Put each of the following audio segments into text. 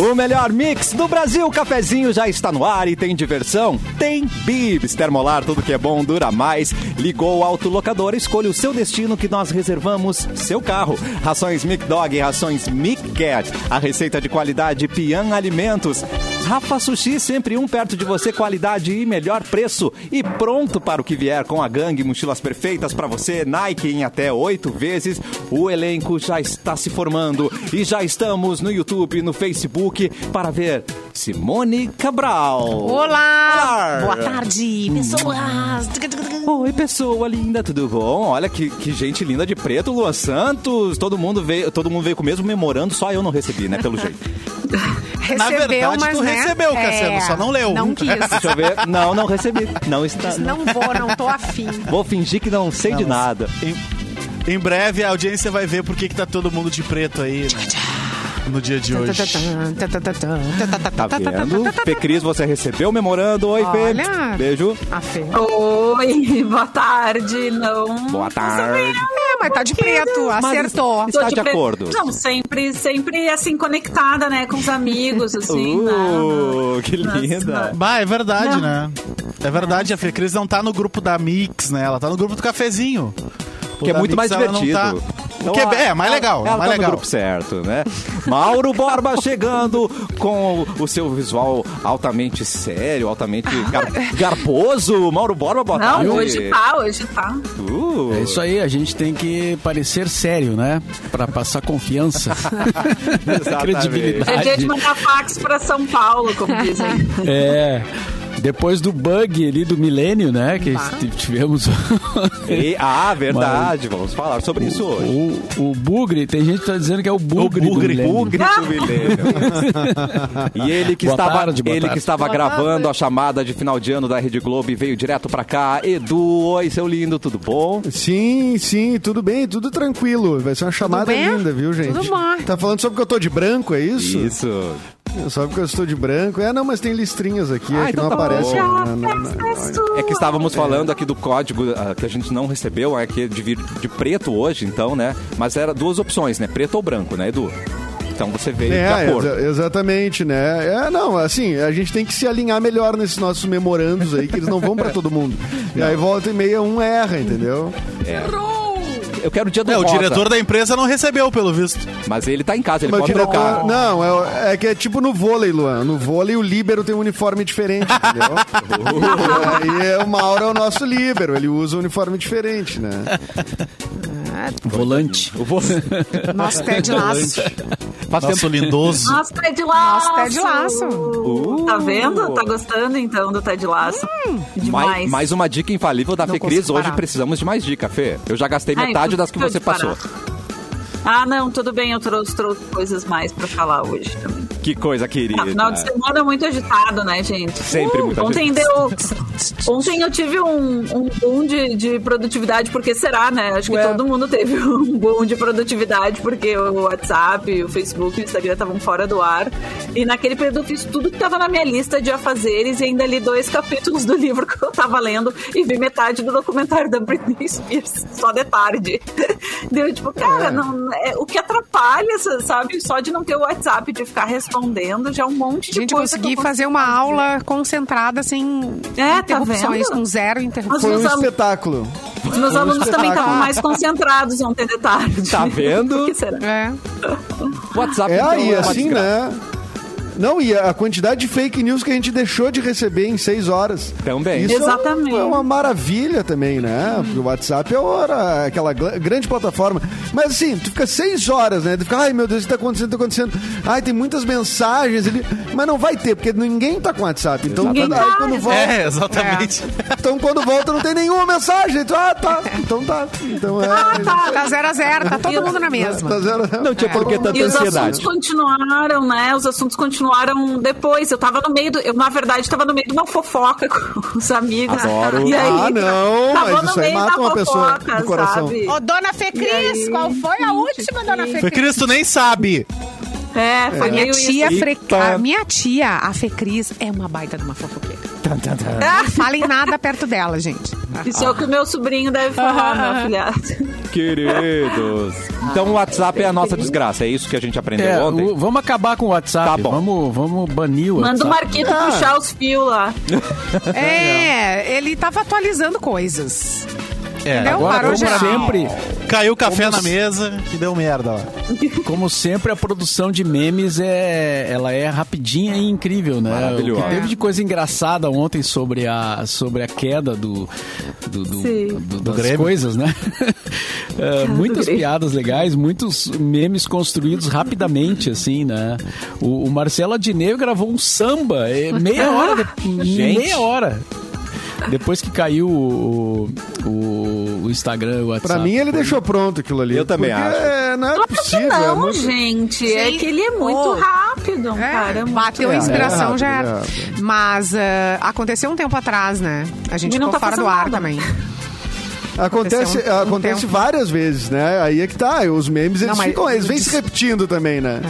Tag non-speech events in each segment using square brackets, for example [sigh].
O melhor mix do Brasil, o cafezinho já está no ar e tem diversão? Tem Bibs, termolar, tudo que é bom dura mais. Ligou o autolocador, escolha o seu destino que nós reservamos seu carro. Rações Mic Dog e rações Mic Cat, a receita de qualidade Pian Alimentos. Rafa Sushi, sempre um perto de você, qualidade e melhor preço. E pronto para o que vier com a gangue, mochilas perfeitas para você, Nike em até oito vezes. O elenco já está se formando e já estamos no YouTube e no Facebook para ver Simone Cabral. Olá! Olá! Boa tarde, pessoas! Oi, pessoa linda, tudo bom? Olha que, que gente linda de preto, Luan Santos. Todo mundo veio, todo mundo veio com o mesmo memorando, só eu não recebi, né, pelo [laughs] jeito. Recebeu, Na verdade, mas tu né? recebeu, Cassiano, só não leu. Não quis. Deixa eu ver. Não, não recebi. Não está. Disse, Não vou, não tô afim. Vou fingir que não sei de Não, mas- nada. Em, em breve a audiência vai ver por que que tá todo mundo de preto aí né? no dia de hoje. Tá vendo? Fê Cris, tá. você recebeu o memorando. Oi, Olha. Fê. Beijo. A fé. Oi, [laughs] boa tarde. Não. Boa tarde. É, mas tá de preto, acertou. Está Tô de acordo. Não, sempre, sempre assim, conectada, né? Com os amigos, assim. né? Uh, que Nossa, linda. Bah, é verdade, Não. né? É verdade, a Fê Cris não tá no grupo da Mix, né? Ela tá no grupo do cafezinho. O Que é da muito Mix, mais ela não divertido. Tá... O Então, que é, ela- bem- é mais ela- legal, Ela mais tá no legal. grupo certo, né? [laughs] Mauro Borba chegando com o seu visual altamente sério, altamente gar- garboso. Mauro Borba, boa tarde. Ah. Não, hoje tá, hoje tá. Uh, É isso aí, a gente tem que parecer sério, né? Pra passar confiança. Exatamente. É dia de Credibilidade. mandar fax pra São Paulo, como [laughs] dizem. É. Depois do bug ali do milênio, né? Que Tá. t- tivemos. [laughs] e- ah, verdade. Vamos falar sobre isso hoje. o, o Bugre, tem gente que tá dizendo que é o Bugre. do bugre, milênio. Bugre do milênio. E ele que Boa estava, tarde, boa ele tarde. que estava gravando a chamada de final de ano da Rede Globo e veio direto pra cá. Edu, oi, seu lindo, tudo bom? Sim, sim, tudo bem, tudo tranquilo. Vai ser uma chamada bem? linda, viu, gente? Tudo bom. Tá falando só porque eu tô de branco, é isso? Isso. Só porque eu estou de branco. É, não, mas tem listrinhas aqui, Ah, é que então não tá bom. aparecem. Já na- na- na- É que estávamos falando aqui do código ah, que a gente não recebeu, é que é de, vir- de preto hoje, então, né? Mas era duas opções, né? Preto ou branco, né, Edu? Então você veio de É, acordo. exa- exatamente, né? É, não, assim, a gente tem que se alinhar melhor nesses nossos memorandos aí, que eles não vão pra todo mundo. E aí volta e meia um erra, entendeu? Eu quero o dia do É, o rosa, diretor da empresa não recebeu, pelo visto. mas ele tá em casa, ele Mas o pode diretor- trocar. Não, é, o- é que é tipo no vôlei, Luan. No vôlei o líbero tem um uniforme diferente, entendeu? [laughs] e aí é, o Mauro é o nosso líbero, ele usa um uniforme diferente, né? Volante. Nosso pé de laço. Faz Nosso tempo. [laughs] lindoso. Nossa, Ted Laço. Nossa, Ted Lasso. Uh, tá vendo? Tá gostando então do Ted Laço? Mais, Demais. Hum, mais uma dica infalível da Não Fê Cris. consigo Hoje parar. precisamos de mais dica, Fê. Eu já gastei Ai, metade tu- das que tu você disparado. passou. Ah, não, tudo bem, eu trouxe, trouxe coisas mais pra falar hoje também. Que coisa, querida. Ah, final de semana é muito agitado, né, gente? Sempre muito ontem Deu, ontem eu tive um, um boom de, de produtividade, porque será, né? Acho que todo mundo teve [laughs] um boom de produtividade, porque o WhatsApp, o Facebook, o Instagram estavam fora do ar. E naquele período eu fiz tudo que estava na minha lista de afazeres e ainda li dois [laughs] capítulos do livro que eu tava lendo e vi metade do documentário da Britney Spears, só de tarde. [laughs] Deu tipo, cara, não, é, o que atrapalha, sabe? Só de não ter o WhatsApp, de ficar respondendo, já é um monte de Gente, eu coisa. que eu consegui consigo fazer uma aula concentrada, sem É, tá interrupções, vendo? com zero interrupções. Mas Foi meus, um alu- espetáculo. meus alunos também um espetáculo. estavam mais concentrados ontem de tarde. Tá vendo? [laughs] O que será? É. WhatsApp É então, aí, uma assim, desgraça. né? Não, e a quantidade de fake news que a gente deixou de receber em seis horas. Também. Isso é um- Exatamente. É uma maravilha também, né? Porque o WhatsApp é hora, aquela gla- grande plataforma. Mas assim, tu fica seis horas, né? Tu fica, ai meu Deus, o que tá acontecendo? Tá acontecendo. Ai, tem muitas mensagens ali. Mas não vai ter, porque ninguém tá com WhatsApp. Então, Ninguém quando, tá, aí Ah, quando volta, É, exatamente. então quando volta não tem nenhuma mensagem. Tu, ah, tá. Então tá. Então é. Tá zero a zero, tá todo mundo na mesma. Tá zero. Não tinha por que tanta E os ansiedade. assuntos continuaram, né? Os assuntos continuaram depois. Eu tava no meio do. Eu, na verdade, tava no meio de uma fofoca [laughs] com os amigos. Adoro. E aí, Ah, não, tava mas no isso aí meio mata da uma pessoa fofoca, do coração. sabe? Ô, dona Fê Cris, aí, qual foi a gente, É. última, dona Fê Cris? Fê Cris, tu nem sabe. É, foi A minha meio isso. tia, isso. Fre... Eita. a minha tia, a Fecris, é uma baita de uma fofoqueira. Não falem nada perto dela, gente. Isso é o que o meu sobrinho deve falar, meu Ah. afilhado. Queridos. Então o WhatsApp é a nossa desgraça. É isso que a gente aprendeu É, ontem. o- vamos acabar com o WhatsApp. Tá bom. Vamos, vamos banir o Manda o WhatsApp. Marquito Ah. puxar os fios lá. É, ele tava atualizando coisas. É. Entendeu? Agora, Parou como geral. sempre, Caiu o café na mesa e deu merda lá. como sempre, a produção de memes é, ela é rapidinha e incrível, né? Maravilhosa. O que teve de coisa engraçada ontem sobre a, sobre a queda do, do, do- Sim. do- das Grêmio. [laughs] coisas, né? É, muitas Grêmio. piadas legais, muitos memes construídos rapidamente, assim, né? O, o Marcelo Adnet gravou um samba é, meia hora, de- meia hora. Depois que caiu o, o, o Instagram, o WhatsApp. Pra mim, ele deixou pronto aquilo ali. Eu também Porque, acho. é, não é possível. é Não, muito- gente, é Sim. que ele é muito Oh. rápido, um É, cara. é muito- bateu a É, inspiração é, já é, era. Mas ah, aconteceu um tempo atrás, né? A gente E não ficou tá fora do fazendo ar nada. também. Acontece, Aconteceu um- um acontece tempo. várias vezes, né? Aí é que tá. Os memes, eles Não, mas ficam, eles eu vêm disse- se repetindo também, né?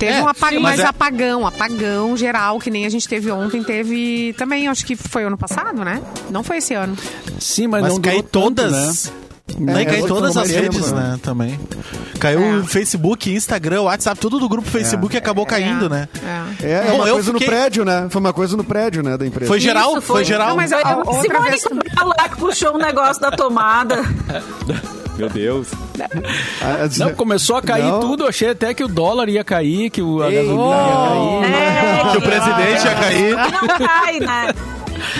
Teve É, um apagão, sim. mas Mas é- apagão, apagão geral, que nem a gente teve ontem, teve também, acho que foi ano passado, né? Não foi esse ano. Sim, mas, Mas não cai durou tanto, né? todas. Daí É, cai eu todas não as me redes, lembro, né? Também. Caiu É. o Facebook, Instagram, WhatsApp, tudo do grupo Facebook acabou caindo, É, né? É. É, é Bom, uma eu coisa fiquei- no prédio, né? Foi uma coisa no prédio, né, da empresa. Foi geral? Isso, foi... geral? Não, mas Foi a- a outra Simone vez também. Cabral lá que puxou um negócio da tomada. Meu Deus. As- Não, começou a cair Não. tudo, eu achei até que o dólar ia cair, que o a Ei, gasolina ia cair. É, Que o presidente ia cair. E não cai, né?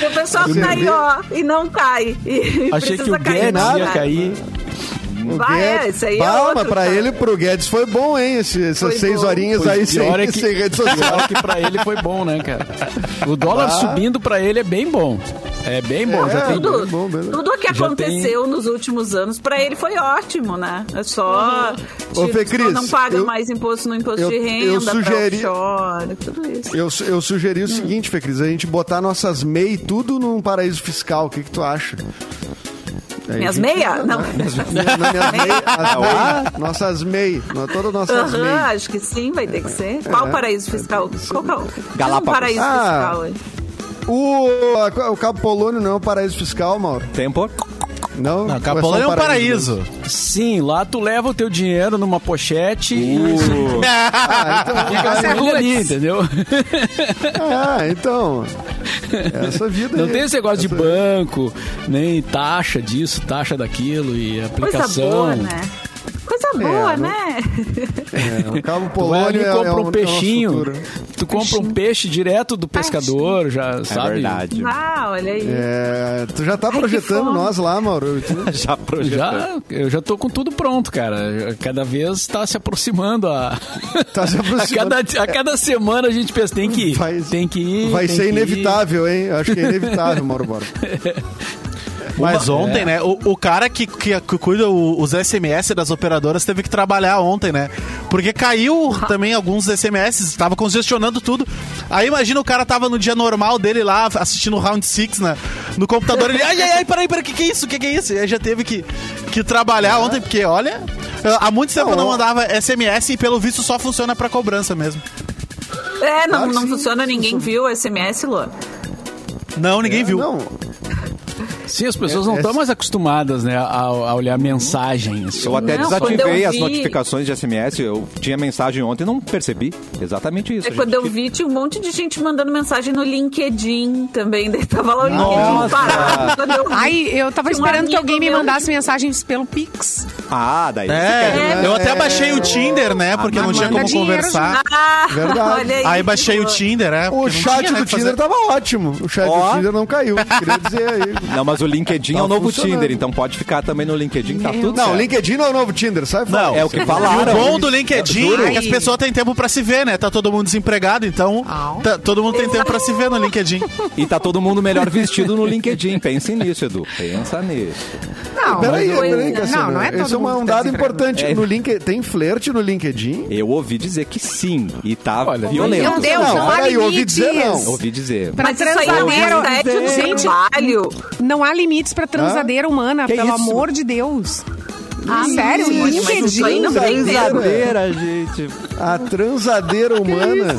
E o pessoal Você tá aí, vê? ó, e não cai. E Achei que precisa o cair, Guedes não, ia né? cair. O Vai, Guedes- é, isso aí é Bah, outro, mas pra cara. ele, pro Guedes, foi bom, hein? esse- essas Foi seis bom. horinhas Pois aí sem, pior é que- sem rede social. Pior que pra ele foi bom, né, cara? O dólar Ah. subindo pra ele é bem bom. É bem bom, já É, tem Tudo, Bem bom, bem bom. tudo o que Já aconteceu nos últimos anos, pra ele foi ótimo, né? É só. Ô, tira- Fê Cris, não paga eu- mais imposto no imposto eu- de renda, eu sugeri- pra offshore, tudo isso. Eu, su- eu sugeri o seguinte, Fê Cris, a gente botar nossas MEI tudo num paraíso fiscal. O que, que tu acha? Aí Minhas a gente- meias? Não. Minha- na- minhas MEI, as Ah, MEI, nossas MEI, no- todas nossas Aham, MEI. acho que sim, vai ter que ser. Qual paraíso fiscal? Qual que é o- Diz Um Galápagos. paraíso Ah. fiscal. aí. O, a- o Cabo Polônio não é um paraíso fiscal, Mauro? Tempo. Não, Não, é só Capolão é um paraíso. Sim, lá tu leva o teu dinheiro numa pochete Uh, e fica Essa é com ele ali, roots. entendeu? Ah, então. Essa vida Não aí. tem esse negócio de Essa- é. banco, nem taxa disso, taxa daquilo e Coisa aplicação. boa, né? Coisa boa, não- né? É, o Cabo Tu vai ali Polônio e é, compra é um, um, É peixinho, o nosso futuro. tu compra um peixe direto do pescador, já é sabe? verdade. Ah, olha aí. É, tu já tá que projetando fome. nós lá, Mauro. Tu- Já projetando. tá. Já, eu já tô com tudo pronto, cara. Cada vez tá se aproximando a. [laughs] Tá se aproximando. a, cada, a cada semana a gente pensa, tem que ir. Vai- tem que ir. Vai tem ser que ir. inevitável, hein? Acho que é inevitável, [laughs] Mauro Borges. Mas ontem, né? O, o cara que, que, que cuida o- os SMS das operadoras teve que trabalhar ontem, né? Porque caiu também alguns SMS, estava congestionando tudo. Aí imagina o cara tava no dia normal dele lá, assistindo o Round Six né? no computador. Ele, ai, ai, ai, peraí, peraí, que que é isso? Que que é isso? E aí já teve que, que trabalhar ontem, porque olha... Há muito tempo eu não Não, ó. mandava SMS e pelo visto só funciona pra cobrança mesmo. É, não, Claro que não sim. funciona, ninguém viu o SMS, Luan. Não, ninguém viu. Não, Sim, as pessoas É, não estão mais acostumadas, né, a, a olhar mensagem. Eu até Não, quando desativei eu as vi- notificações de SMS. Eu tinha mensagem ontem e não percebi. Exatamente isso. É gente. quando eu vi, tinha um monte de gente mandando mensagem no LinkedIn também. Daí tava lá o LinkedIn Nossa! parado. Quando eu vi. Aí eu tava Tinha um esperando que amigo alguém me meu- mandasse mensagens pelo Pix. Ah, daí. você quer- É, É, eu até baixei o Tinder, né? Porque não tinha manda como dinheiro conversar. Ah, Verdade. olha aí. Aí baixei o Tinder, né? o porque não chat tinha, né, do o que fazer. Tinder tá tava ótimo. O chat Ó. do Tinder não caiu. Queria dizer aí. Não, mas o LinkedIn é o Tá novo funcionando. Tinder, então pode ficar também no LinkedIn, tá tudo Não, o certo. LinkedIn não é o novo Tinder, sai fora. Não, É o que E o falaram. bom do LinkedIn Juro. é que as pessoas têm tempo pra se ver, né? Tá todo mundo desempregado, então Au. tá- todo mundo tem tempo pra se ver no LinkedIn. E tá todo mundo melhor vestido no LinkedIn. Pense nisso, Edu. Pensa nisso. tá Não, Peraí, mas- peraí, Cassiano. Não, não é todo Esse é mundo um que tá dado desempregado. importante. É. No Link... Tem flerte no LinkedIn? Eu ouvi dizer que sim. E tá Olha, violento. Meu Deus, Não, não há peraí, eu ouvi limites. dizer não. Ouvi dizer. Pra Mas isso aí é um transadeira, assédio do gente, trabalho. não há limites pra transadeira humana, Que pelo isso? amor de Deus. Ah, sério? Sim, mas isso aí não né? tem Transadeira. mesmo. Cadeira, gente. A transadeira [laughs] humana.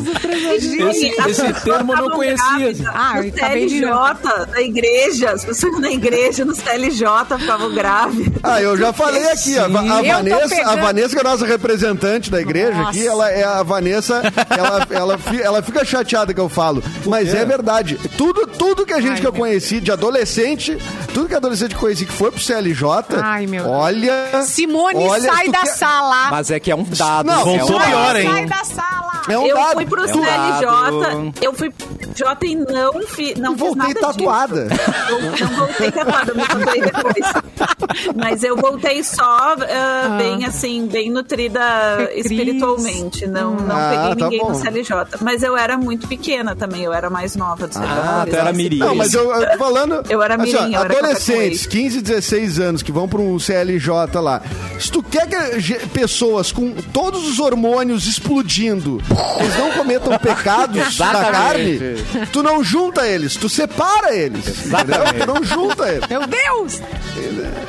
Esse- as esse pessoas termo eu não estavam conhecia. grávidas Ah, eu Tá no acabei de- CLJ, da igreja, as pessoas na igreja, nos CLJ ficavam grávidas. Ah, eu já falei aqui, ó, a, Eu tô Vanessa, a pegando- Vanessa, que é a nossa representante da igreja Nossa. aqui, ela é a Vanessa, ela, ela, fi- ela fica chateada que eu falo, mas é verdade. Tudo, tudo que a gente Ai, que eu meu conheci de adolescente, tudo que adolescente que eu conheci que foi pro CLJ, Ai, meu Deus. olha... Simone, olha, sai tu da que- sala. Mas é que é um dado. Não, é um voltou dado. pior, hein? Sai da sala. É um eu dado. fui pro é um CLJ, dado. eu fui J e não, fi, não Eu fiz voltei nada disso. tatuada. Eu não voltei tatuada, eu me tatuei depois. Mas eu voltei só ah, bem assim, bem nutrida Fecris. espiritualmente. Não, não Ah, peguei tá ninguém bom. no CLJ. Mas eu era muito pequena também, eu era mais nova do CLJ. Ah, tu era mirim. Não, mas eu, eu tô falando. Eu era assim, ó, mirim, eu era Adolescentes, cacacuei. 15, 16 anos que vão pra um CLJ lá. Se tu quer que ge- pessoas com todos os hormônios explodindo, eles não cometam [laughs] pecados da carne, Exatamente. tu não junta eles, tu separa eles. Entendeu? Tu não junta eles. Meu Deus!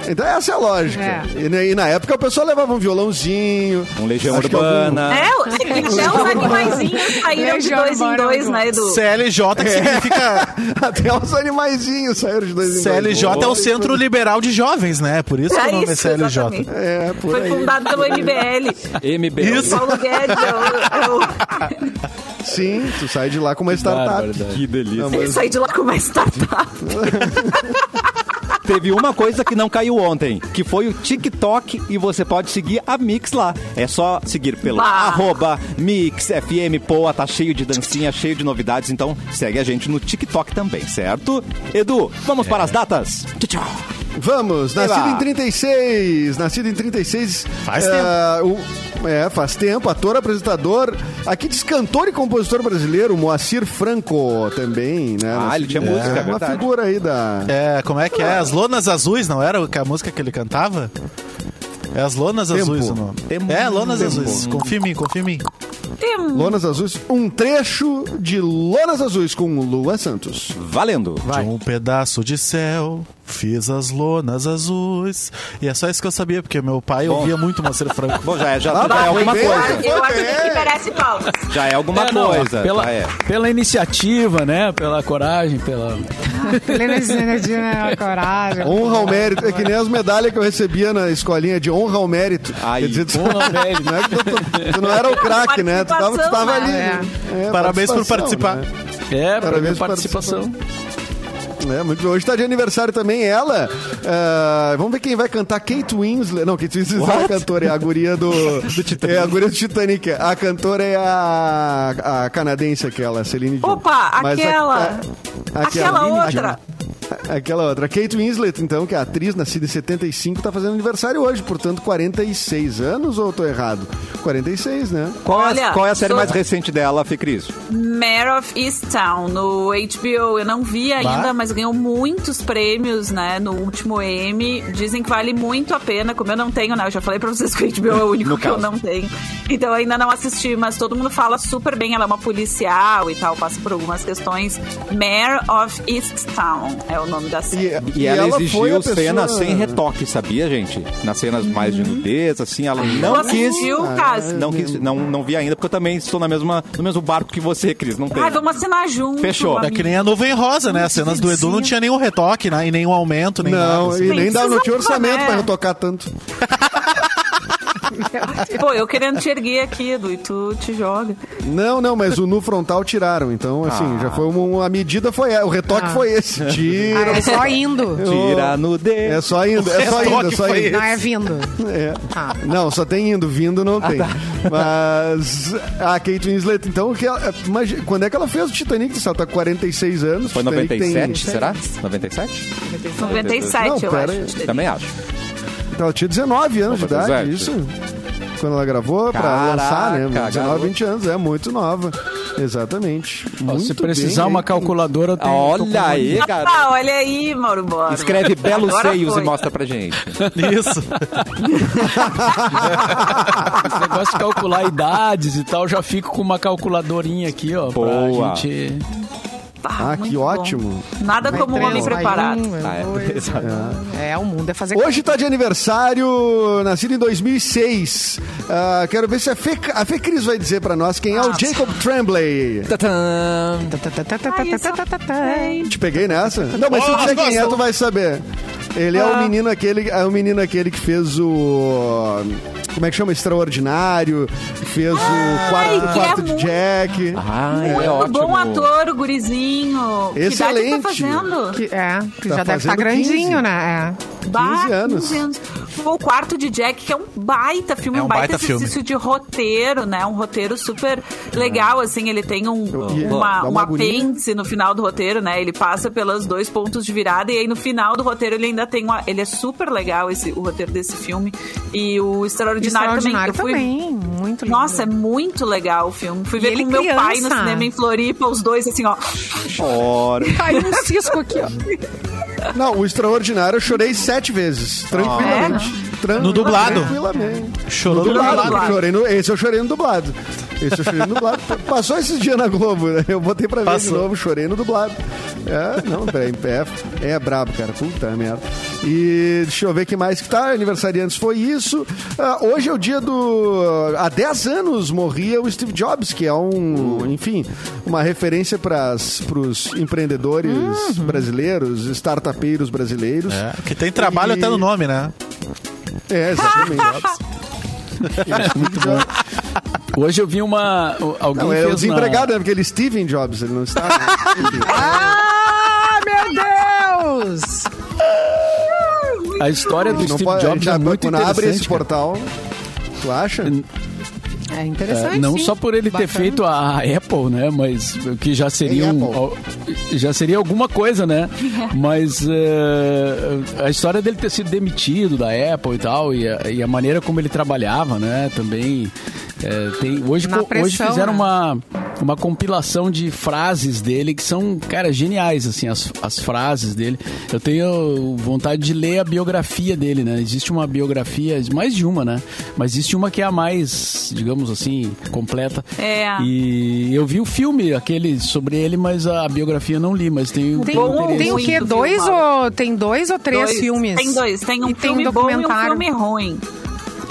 Então essa é a lógica. É. E, na- e na época o pessoal levava um violãozinho. Um legião acho que [laughs] urbana. É, o- é que até os animaizinhos saíram de Legião dois em Urbana dois, é muito né, Edu? CLJ, que É. significa. algum- É, Até os animaizinhos saíram de dois em dois. CLJ é o Centro Liberal de Jovens, né? Por isso que o É nome é isso, CLJ. exatamente. É, por Foi aí. fundado pelo MBL. MBL. Isso. Paulo Guedes, [laughs] eu, Sim, tu sai de lá com uma startup. Barbaridade. Que delícia. Não, eu, eu mas- saí de lá com uma startup. Teve uma coisa que não caiu ontem, que foi o TikTok, e você pode seguir a Mix lá. É só seguir pelo Bah. arroba MixFMPoa, tá cheio de dancinha, cheio de novidades, então segue a gente no TikTok também, certo? Edu, vamos para as datas? Tchau, tchau. Vamos, Sei nascido lá. em 36. Nascido em 36. Faz eh, o- é, faz tempo. Ator, apresentador. Aqui diz cantor e compositor brasileiro, Moacir Franco também, né? Ah, ele tinha música, é Uma verdade. figura aí da. É, como é que é? As Lonas Azuis, não era o que a música que ele cantava? É as Lonas Azuis o nome. Tempo. É, Lonas Azuis. Confia em mim, confia em mim. Tem Lonas Azuis. Um trecho de Lonas Azuis com Lua Santos. Valendo. De um pedaço de céu, fiz as lonas azuis. E é só isso que eu sabia, porque meu pai ouvia muito Moacir Franco. Bom, já é, já, Ah, já é foi alguma bem. coisa. eu acho que ele merece pausa. Já é alguma É, não, tá, coisa. pela, já é. pela iniciativa, né? Pela coragem, pela. Helena Zinedina, coragem. Honra ao mérito. É que nem as medalhas que eu recebia na escolinha de honra ao mérito. Aí, Quer dizer, tu, honra ao mérito. Não [laughs] é que tu, tu- tu não era o craque, né? Tu tava, tu tava ali. né? Participação, É, Parabéns por participação, participar. né? É, pela Parabéns minha pela participação. É, muito bem. Hoje tá de aniversário também ela. Ah, vamos ver quem vai cantar Kate Winslet. Não, Kate Winslet não é a cantora, é a guria do, É a guria do Titanic. A cantora é a, a canadense aquela, Celine Dion. Opa, Mas a- aquela. a- Aquela Celine outra. Dion. Aquela outra. Kate Winslet, então, que é atriz nascida em 75, tá fazendo aniversário hoje, portanto, 46 anos ou eu tô errado? 46, né? Qual, é a- Olha, qual é a série sou- mais recente dela, Fê Cris? Mare of Easttown no HBO. Eu não vi ainda, Bah. mas ganhou muitos prêmios, né? No último M. Dizem que vale muito a pena. Como eu não tenho, né? Eu já falei pra vocês que o HBO é o único No que caso. eu não tenho. Então eu ainda não assisti, mas todo mundo fala super bem. Ela é uma policial e tal, passa por algumas questões. Mare of Easttown é o nome da série. E, ela, foi a exigiu cenas pessoa- sem retoque, sabia, gente? Nas cenas mais de nudez, assim, ela não Você quis. Ah, assistiu, Cássio? Não quis, não, não vi ainda, porque eu também estou na mesma, no mesmo barco que você, Cris. Não tem. Ah, vamos assinar junto. Fechou. É amigo. que nem a nuvem rosa, né? As cenas do Edu não tinha nenhum retoque né? e nenhum aumento, nem Não, nada. e assim. nem dá, não Precisa tinha orçamento falar, pra né? retocar tanto. Pô, eu querendo te erguer aqui, Edu, e tu te joga. Não, não, mas o nu frontal tiraram. Então, assim, Ah. já foi uma. A medida foi. é, O retoque foi [laughs] esse. Ah, Tira. é só indo. Tira a nudez. É só indo, é só indo, é só Foi indo. Não é vindo. É. Ah. Não, só tem indo, vindo Ah, não tá. tem. Mas a Kate Winslet, então, que ela- imagina- quando é que ela fez o Titanic? Ela tá com 46 anos. Foi Titanic 97, será? 97? 97, Não, eu pera acho. aí. Também acho. Tem, então, ela tinha 19 anos de Opa, idade, 17. isso? Quando ela gravou pra Caraca, lançar, né? 19, garoto. 20 anos, é muito nova. Exatamente. Ó, Muito se precisar bem, uma hein? calculadora, eu tenho. tô com Ah, Olha uma aí, cara. Ah, olha aí, Mauro Borba. Escreve belos né? Agora seios foi. e mostra pra gente. Isso. Esse negócio de calcular idades e tal, já fico com uma calculadorinha aqui, ó. Boa. Pra gente Pá, Ah, que muito bom. ótimo. Nada como um homem Três, vai preparado. um, Ah, vai [laughs] dois, vai- é, o mundo é fazer Hoje tá de aniversário, nascido em 2006. Ah, quero ver se a Fê, a Fê Cris vai dizer pra nós quem é o Jacob Tremblay. Tadã. Tá, Ai, eu sou bem. Te peguei nessa? Não, mas se Oh, tu disser quem é, nossa. tu vai saber. Ele é o Ah. menino aquele, é o menino aquele que fez o como é que chama extraordinário, que fez o quarto, que é quarto de muito- Jack. Ah, Muito é ótimo. bom ator, o gurizinho. Excelente. Que idade ele tá fazendo? Que, é, que Tá já deve estar fazendo grandinho, 15. né? Bah, 15 anos. 15 Pô, o quarto de Jack, que é um baita filme, É um um baita, baita filme. exercício de roteiro, né? Um roteiro super legal, assim. Ele tem um, e- uma, dá um uma agonia. apêndice no final do roteiro, né? Ele passa pelos dois pontos de virada e aí no final do roteiro ele ainda tem uma. Ele é super legal esse, o roteiro desse filme. E o É. Extraordinário, Extraordinário também. Eu fui- também. Muito lindo. Nossa, é muito legal o filme. Fui E ver ele com meu pai no criança. cinema em Floripa, os dois assim, ó. Ora, Caiu um cisco aqui, ó. Não, o extraordinário eu chorei sete vezes, É. tranquilamente. Tran- No dublado? Tranquilamente. Chorou No no dublado, dublado. Chorei no, esse eu chorei no dublado. Esse eu chorei no dublado. Passou esses dias na Globo, né? Eu botei pra ver Passou. de novo, chorei no dublado. É, não, peraí, é, é brabo, cara. Puta merda. E deixa eu ver que mais que tá. Aniversariantes foi isso. Ah, hoje é o dia do. Há 10 anos morria o Steve Jobs, que é um, enfim, uma referência para os empreendedores brasileiros, startupeiros [laughs] brasileiros. Uhum. É, que tem trabalho E- até no nome, né? É, exatamente. Hoje eu vi uma. o- Alguém Não, é fez o na- desempregado, né? Porque ele é Steven Jobs, ele não está. né? Enfim. [laughs] Ah, meu Deus! A história do não Steve pode, Jobs já, é muito quando abre esse interessante. cara. portal. Tu acha? É É, interessante. não sim. só por ele ter Bacana. feito a Apple, né? Mas o que já seria Tem um- Apple. al- já seria alguma [laughs] coisa, né? Mas eh, a história dele ter sido demitido da Apple e tal e a, e a maneira como ele trabalhava, né? Também eh, tem hoje Na co- hoje pressão, fizeram né? uma uma compilação de frases dele que são, cara, geniais, assim, as, as frases dele. Eu tenho vontade de ler a biografia dele, né? Existe uma biografia, mais de uma, né? Mas existe uma que é a mais, digamos assim, completa. É. E eu vi o filme, aquele sobre ele, mas a biografia eu não li, mas tem Tem, Bom, tem o muito quê? filmado. Dois ou, tem dois ou três Dois. filmes? Tem dois. Tem um e filme tem bom e um documentário. filme ruim.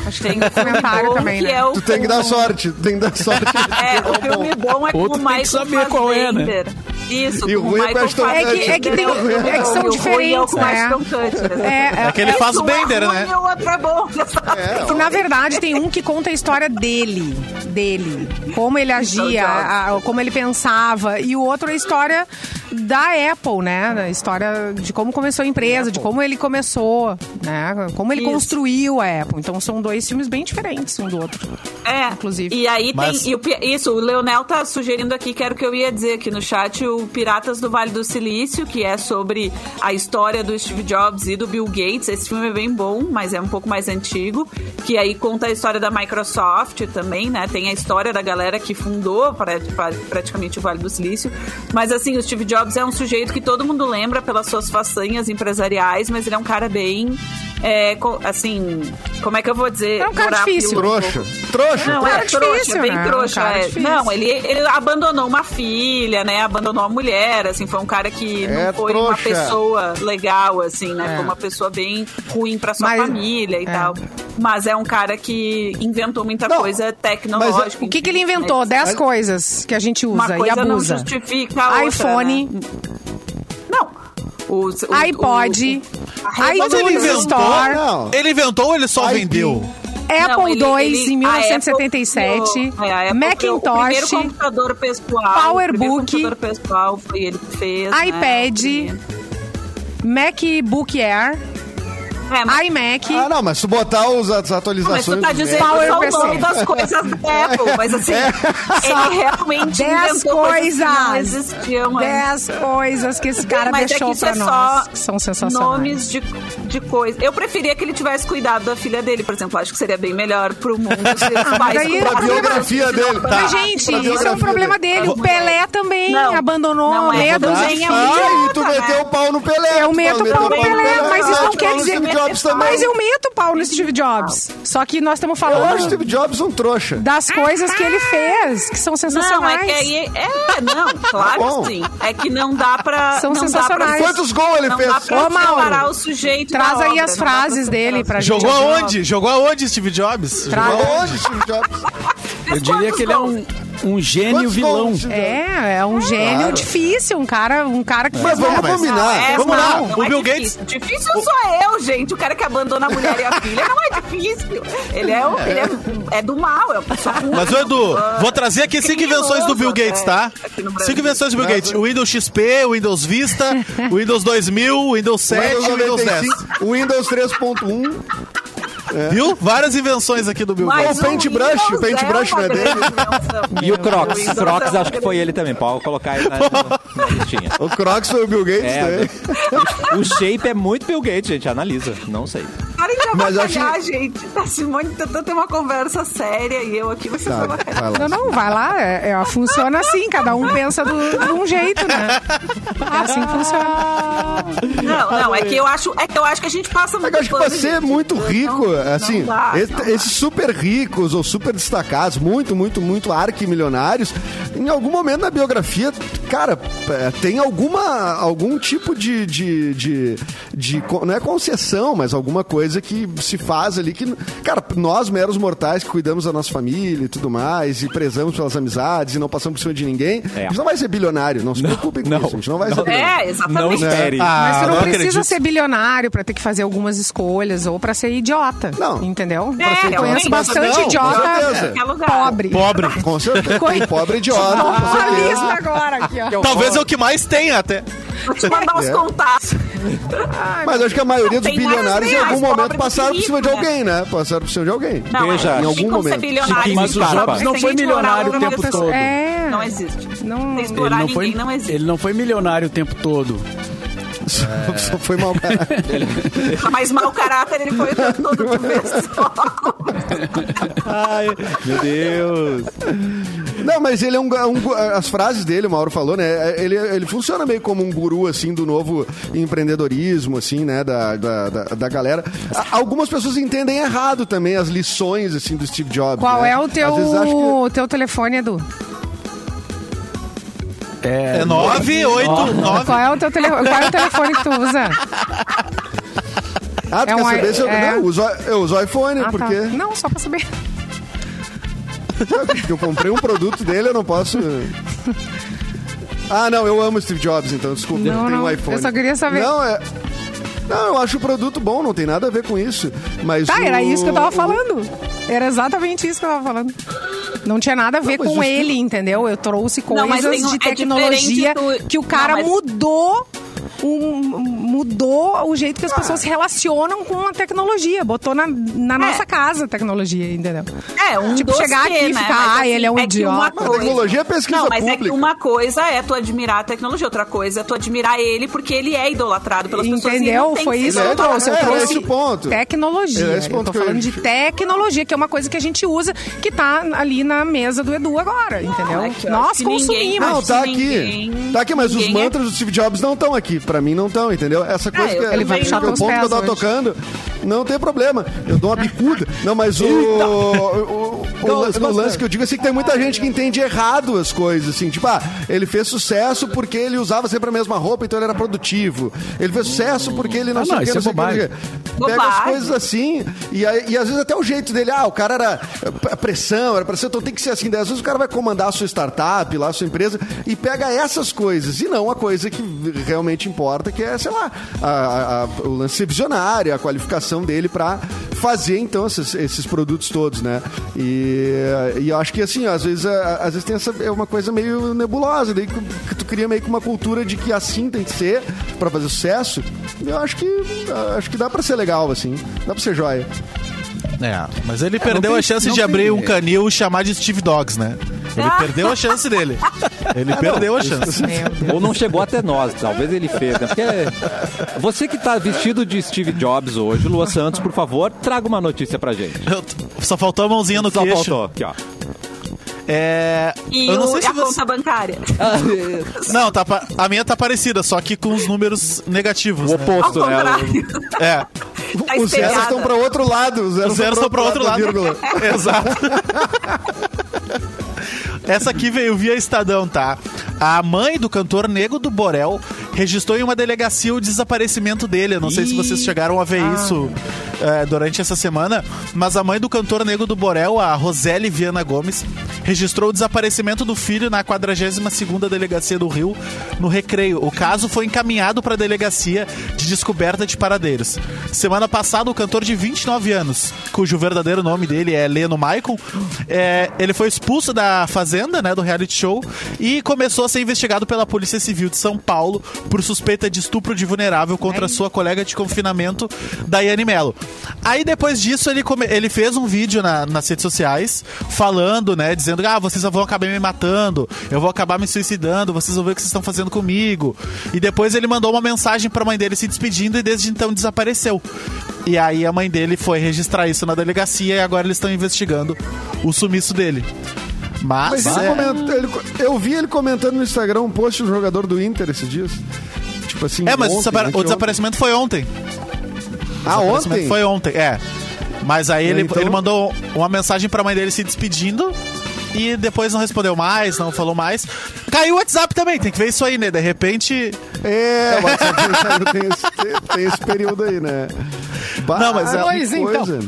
Acho que tem um documentário bom também, que né? é o Tu tem que dar sorte, tu tem que dar sorte. É, o filme bom é com Outro o tem que Michael saber qual é, né? Fassbender. Isso, E o com o ruim é com a Michael história- É que- é que tem- Fassbender. é que são E o ruim diferentes, é o né? Ashton Kutcher. É, é, É que ele faz Um Bender, é ruim né? E o outro é bom. [laughs] É, que, na verdade, tem um que conta a história dele. Dele. Como ele Então, agia, a- a- como ele pensava. E o outro é a história da Apple, né? A história de como começou a empresa, de como ele começou, né? Como ele Isso. construiu a Apple. Então são dois filmes bem diferentes um do outro. É, Inclusive. E aí Mas- tem. e o pi- isso, o Leonel tá sugerindo aqui, que era o que eu ia dizer aqui no chat, o Piratas do Vale do Silício, que é sobre a história do Steve Jobs e do Bill Gates. Esse filme é bem bom, mas é um pouco mais antigo. Que aí conta a história da Microsoft também, né? Tem a história da galera que fundou pra- pra- praticamente o Vale do Silício. Mas assim, o Steve Jobs é um sujeito que todo mundo lembra pelas suas façanhas empresariais, mas ele é um cara bem. é, co- assim, como é que eu vou dizer? É um cara Morar difícil. pelo- Trouxa. Trouxa. não, cara é trouxa, difícil, bem né? trouxa. Um cara é. difícil. Não, ele, ele abandonou uma filha, né? Abandonou uma mulher, assim, foi um cara que É não foi uma trouxa. pessoa legal, assim, É. né? Foi uma pessoa bem ruim pra sua Mas- família e é. tal. Mas é um cara que inventou muita Não, coisa tecnológica. mas é- O que, que ele inventou? Né? Dez coisas que a gente Uma usa e coisa não abusa. justifica a outra, iPhone, né? Não. O, o- iPod, o- a iTunes ele inventou, Store, Não. Ele inventou ou ele só Ai, vendeu? Não, Apple ele- II ele- em a Apple 1977, criou- é, a Apple criou o primeiro Macintosh, computador pessoal, PowerBook, o primeiro computador pessoal foi ele que fez, né, iPad, o primeiro. MacBook Air, É, mas- iMac. Ah, não, mas se botar os- as Não, mas atualizações. tu tá do dizendo Power só o PC. nome das coisas da [laughs] Apple, mas assim, ele realmente Dez inventou coisas que não coisas. existiam antes. 10 coisas que esse cara Mas é que deixou isso pra é nós. só que são sensacionais. Nomes de, de coisas. Eu preferia que ele tivesse cuidado da filha dele, por exemplo. Acho que seria bem melhor pro mundo [laughs] se os pais daí- cuidassem Pra biografia desse dele, final. tá. Mas, gente, Pra isso é né? Tá um biografia problema dele. dele. O Pelé também Não, abandonou não a é meia Tá verdade. dúzia. é um Ai, idiota, tu né? meteu o pau no Pelé. Eu tu meto É o pau no meteu Pelé, mas isso Ah, não tu quer falou dizer- é Steve Jobs também. Mas eu meto o pau no Steve Jobs. Só que nós estamos Eu acho o falando Steve Jobs um trouxa. das coisas que ele fez, que são Não, é que sensacionais. aí. É, não, [laughs] claro bom. que sim. É que não dá pra. São não dá sensacionais. pra- Quantos gols ele não fez? Dá pra Ô, Mauro, separar o sujeito da Traz aí obra, as não dá frases pra dele pra gente. Jogou ouvir. aonde? Jogou aonde, Steve Jobs? Traga. Onde, Steve Jobs? Eu diria que ele é um, um gênio Quantos vilão. gols, Steve Jobs? É, é um gênio difícil, um cara, um cara que Mas fez Ah, vamos merda. combinar. É, Vamos lá, não o é Bill difícil. Difícil sou eu, gente. O cara que abandona a mulher e a filha não é difícil. Ele é, o- ele é, é do mal, é uma pessoa ruim. Mas, ô, Edu, vou trazer aqui cinco Criminoso, invenções do Bill Gates, é, tá? aqui no Brasil. Cinco invenções do Bill Gates. O Windows XP, o Windows Vista, o Windows 2000, o Windows 7 Windows e o Windows 10. 95, o Windows 3.1. Viu? Várias invenções aqui do Bill Mas Gates. o paintbrush, Windows o paintbrush é uma não é dele? grande invenção. E o Crocs. Windows Crocs é acho que foi ele também. Pode colocar ele na, na listinha. O Crocs foi o Bill Gates, É, né? O shape é muito Bill Gates, gente. Analisa. Não sei. Parem de Mas eu avacalhar, gente. Tá Simone tentando ter uma conversa séria e eu aqui, vocês Tá, vão vai lá. Não, não, vai lá. É, é, funciona assim, cada um pensa do- de um jeito, né? É assim que funciona. Ah, [laughs] Não, não, é que eu acho, é que eu acho que a gente passa É muito que eu acho que pano, pra ser gente. muito Não- rico, não assim, dá, esse- não dá. esses super ricos ou super destacados, muito, muito, muito arquimilionários, em algum momento na biografia, cara, é, tem alguma, algum tipo de, de, de, de co- não é concessão, mas alguma coisa que se faz ali que, cara, nós meros mortais que cuidamos da nossa família e tudo mais, e prezamos pelas amizades e não passamos por cima de ninguém, É. a gente não vai ser bilionário, não se preocupem com não, isso, a gente não vai Né? não. ser bilionário. É, Não exatamente. espere. Ah, Mas tu não, não precisa acredito. ser bilionário pra ter que fazer algumas escolhas ou pra ser idiota. Não. Entendeu? É, eu conheço realmente. bastante Não, com idiota certeza. Qualquer lugar. pobre. Tipo, Pobre. Com certeza, tem pobre idiota. com Uma certeza. lista agora aqui, ó. Talvez é o que mais tem até. Vou te mandar os É. contatos. Mas acho que a maioria dos Tem vários bilionários em reais, algum pobre momento de passaram por cima de rico, alguém, né? Passaram por cima de alguém. Não, Veja, é, em não tem algum como ser momento. bilionário. Mas sem o explorar- Jobs não sem foi explorar milionário o outra tempo pessoa. todo. É. Não existe. Não- Sem Ele explorar não, foi, ninguém, não existe. ele não foi milionário o tempo todo. Só, É. só [laughs] foi mal cara. Mas mau caráter ele foi o tempo todo do pessoal. Ai, meu Deus. Não, mas ele é um, gu- um gu- As frases dele, o Mauro falou, né? Ele, ele funciona meio como um guru, assim, do novo empreendedorismo, assim, né? Da, da, da, da galera. A- algumas pessoas entendem errado também as lições, assim, do Steve Jobs. Qual né? é o teu, Às vezes acho que- teu telefone, Edu? É 9, 8, 9. Qual é o teu telefone? Qual é o telefone que tu usa? Ah, tu é quer um i- saber se eu. é. Não, eu uso, eu uso iPhone, Ah, tá. porque, Não, só pra saber. [laughs] porque eu comprei um produto dele, eu não posso. Ah, não, eu amo Steve Jobs, então, desculpa, Não, não, tenho não, um iPhone. eu só queria saber. Não, é. Não, eu acho o produto bom, não tem nada a ver com isso. Mas Tá, o- era isso que eu o- tava falando. Era exatamente isso que eu tava falando. Não tinha nada a ver mas com o ele, entendeu? Eu trouxe coisas Não, mas tem um- de é tecnologia diferente do- que o cara Não, mas- mudou. um- mudou o jeito que Ah. as pessoas se relacionam com a tecnologia. Botou na, na nossa casa a tecnologia, entendeu? É, um Tipo, dossiê, chegar aqui e né? ficar, Mas, "Ah, ele é um que uma idiota." Mas tecnologia é pesquisa Não, mas é que pública. uma coisa é tu admirar a tecnologia, outra coisa é tu admirar ele porque ele é idolatrado pelas pessoas. e ele Entendeu? não tem Foi que ser isso que eu Não, trouxe. Eu é, trouxe esse o ponto. tecnologia. É esse eu ponto tô que eu falando de ia- tecnologia, que é uma coisa que a gente usa, que tá ali na mesa do Edu agora, entendeu? é que eu acho Nós que ninguém- consumimos. Não, Acho tá que aqui. ninguém- tá aqui, mas os ninguém é- Ah, mantras do Steve Jobs não estão aqui. Pra mim não estão, entendeu? Essa coisa eu que, é também que, não. o ponto que eu tava Hoje. tocando, não tem problema. [laughs] Eu dou uma bicuda. Não, mas o, o, o- o lan- o lance que eu digo é assim, que tem muita gente que entende errado as coisas, assim. Tipo, ah, ele fez sucesso porque ele usava sempre a mesma roupa, então ele era produtivo. Ele fez sucesso porque ele não Ah, sei o não, que, isso não é sei o que, não sei o que. Pega as Bobagem. coisas coisas assim, e, aí- e às vezes até o jeito dele, ah, o cara era a pressão, era pressão, então tem que ser assim. Daí, às vezes o cara vai comandar a sua startup, lá a sua empresa, e pega essas coisas, e não a coisa que realmente importa, que é, sei lá, a- a- a- o lance visionário, a qualificação dele pra fazer, então, esses, esses produtos todos, né? E, e eu acho que, assim, às vezes, a- às vezes tem essa, é uma coisa meio nebulosa, daí que que tu cria meio que uma cultura de que assim tem que ser pra fazer sucesso. Eu acho que acho que dá pra ser legal, assim. Dá pra ser joia. É, mas ele perdeu tem- a chance não de tem- abrir um canil e chamar de Steve Dogs, né? Ele perdeu a chance dele. Ele perdeu a chance. [laughs] Ou não chegou até nós, talvez ele fez, né? Porque você que tá vestido de Steve Jobs hoje, Lua Santos, por favor, traga uma notícia pra gente. Eu- Só faltou a mãozinha no Só queixo. faltou aqui, ó. É. E eu não o- sei e se a você. conta bancária. Não, tá pa- a minha tá parecida, só que com os números negativos. O né? Ao oposto, né? contrário. É. [laughs] Tá Os zeros espelhada. estão para outro lado. Os zeros, Os zeros estão tão para outro lado. vírgula. [laughs] Exato. Essa aqui veio via Estadão, tá? A mãe do cantor Nego do Borel registrou em uma delegacia o desaparecimento dele. Eu não sei se vocês chegaram a ver isso eh, durante essa semana, mas a mãe do cantor Nego do Borel, a Roseli Viana Gomes, registrou o desaparecimento do filho na 42ª Delegacia do Rio, no Recreio. O caso foi encaminhado para a Delegacia de Descoberta de Paradeiros. Semana passada, o cantor de 29 anos, cujo verdadeiro nome dele é Leno Maicon, é, ele foi expulso da Fazenda, né, do reality show, e começou a ser investigado pela Polícia Civil de São Paulo por suspeita de estupro de vulnerável contra sua colega de confinamento, Daiane Mello. Aí, depois disso, ele, come- ele fez um vídeo na- nas redes sociais falando, né, dizendo, ah, vocês vão acabar me matando, eu vou acabar me suicidando, vocês vão ver o que vocês estão fazendo comigo. E depois ele mandou uma mensagem pra mãe dele se despedindo e desde então desapareceu. E aí a mãe dele foi registrar isso na delegacia e agora eles estão investigando o sumiço dele. Mas, Mas ele é, comenta- ele- eu vi ele comentando no Instagram um post do jogador do Inter esses dias. Tipo assim. é, mas o, ontem, desapare- né, que o desaparecimento foi ontem. Ah, Aparecimento ontem? Foi ontem, é. Mas aí ele, Então- ele mandou uma mensagem pra mãe dele se despedindo e depois não respondeu mais, não falou mais. Caiu o WhatsApp também, tem que ver isso aí, né? De repente. É, o WhatsApp tem, esse, tem- tem esse período aí, né? Bah, Não, mas é- que Pois então.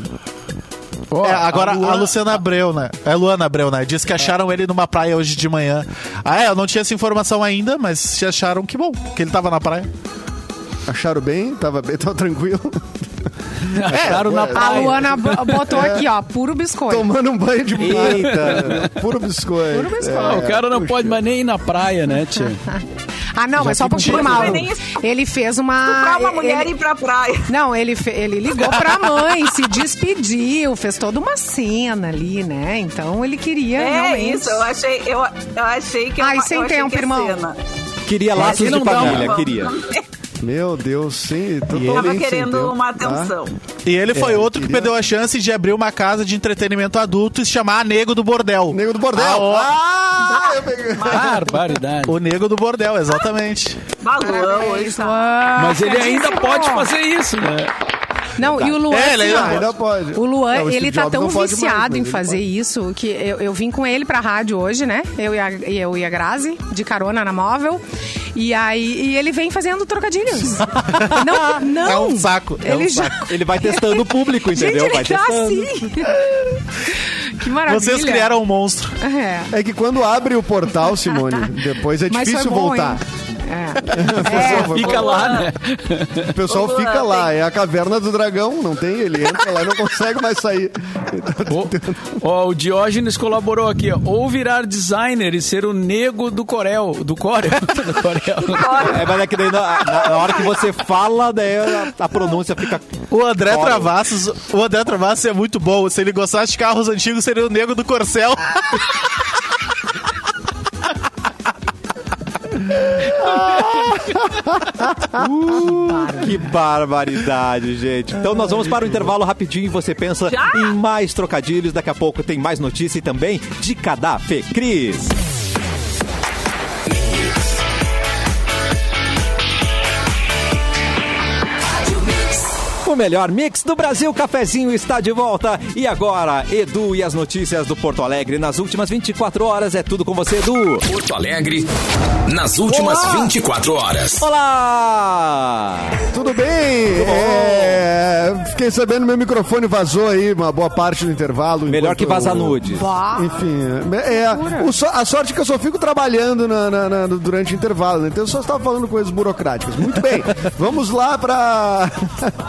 Ó, É, agora a, Luana- Luciana Abreu, né? É Luana Abreu, né? Diz que acharam ele numa praia hoje de manhã. Ah, é, eu não tinha essa informação ainda, mas se acharam que bom, que ele tava na praia. Acharam bem? Tava bem, tava tranquilo. Acharam na A praia. Luana bo- botou É. aqui, ó, puro biscoito. Tomando um banho de Eita. Eita. Puro biscoito. É. Puro biscoito. Ah, o cara não É, puxa. pode mais nem ir na praia, né, tia? [laughs] Ah, não, mas só pra pediram. confirmar. Não foi nem isso. Ele fez uma. Comprar uma mulher ele- e ir pra praia. Não, ele, fe- ele ligou pra mãe, se despediu, fez toda uma cena ali, né? Então ele queria É realmente. isso, eu achei, eu, eu achei que Ai, eu, sem eu achei tempo, que é irmão. cena. Queria laços não de dá, família, não. queria. Meu Deus, sim. Eu tava totalmente sem querendo tempo, uma tá? atenção. E ele foi É, outro que queria- perdeu a chance de abrir uma casa de entretenimento adulto e se chamar Nego do Bordel. Nego do bordel. Ah, ó. Ah, eu peguei. Barbaridade. O Nego do Bordel, exatamente. Bah, Luan, hoje tá. Ah, Mas ele ainda Fernandinho, pode ó. fazer isso, né? Não, e o Luan. É, ele assim, ainda ó, Tá. Ainda pode. O Luan, Não, ele Steve tá Jobs tão não pode mais, viciado mas em ele fazer pode. isso que eu, eu vim com ele pra rádio hoje, né? Eu e, a, e eu e a Grazi, de carona na móvel. E aí e ele vem fazendo [laughs] trocadilhos. não, não. É um saco, é Ele um já. [laughs] Ele vai testando o público, entendeu? Gente, vai ele tá testando. assim. [laughs] que maravilha. Vocês criaram um monstro. É. É que quando abre o portal, Simone, depois é Mas foi difícil bom, voltar. hein? É, É. Fica lá, né? O pessoal Ô, Luan, fica lá, é a caverna do dragão, não tem ele, entra lá e não consegue mais sair. Ó, ó, o Diógenes colaborou aqui, ó. Ou virar designer e ser o nego do Corel. Do Corel. [laughs] Do Corel. É, mas é que daí na, na- na hora que você fala, daí a, a pronúncia fica. O André Olha. Travassos, o André Travassos é muito bom. Se ele gostasse de carros antigos, seria o nego do Corcel. Que barbaridade, gente. Então nós vamos para o intervalo rapidinho e você pensa em mais trocadilhos. Daqui a pouco tem mais notícia e também dica da Fecris. O melhor mix do Brasil, cafezinho está de volta. E agora, Edu e as notícias do Porto Alegre nas últimas 24 horas. É tudo com você, Edu. Porto Alegre, nas últimas 24 horas. Olá! Tudo bem? É, fiquei sabendo, meu microfone vazou aí uma boa parte do intervalo. Melhor enquanto que eu- vazar nude. Bah. Enfim, é, é, o so- a sorte é que eu só fico trabalhando na- na- na- durante o intervalo, né? então eu só estava falando coisas burocráticas. Muito [laughs] bem, vamos lá para.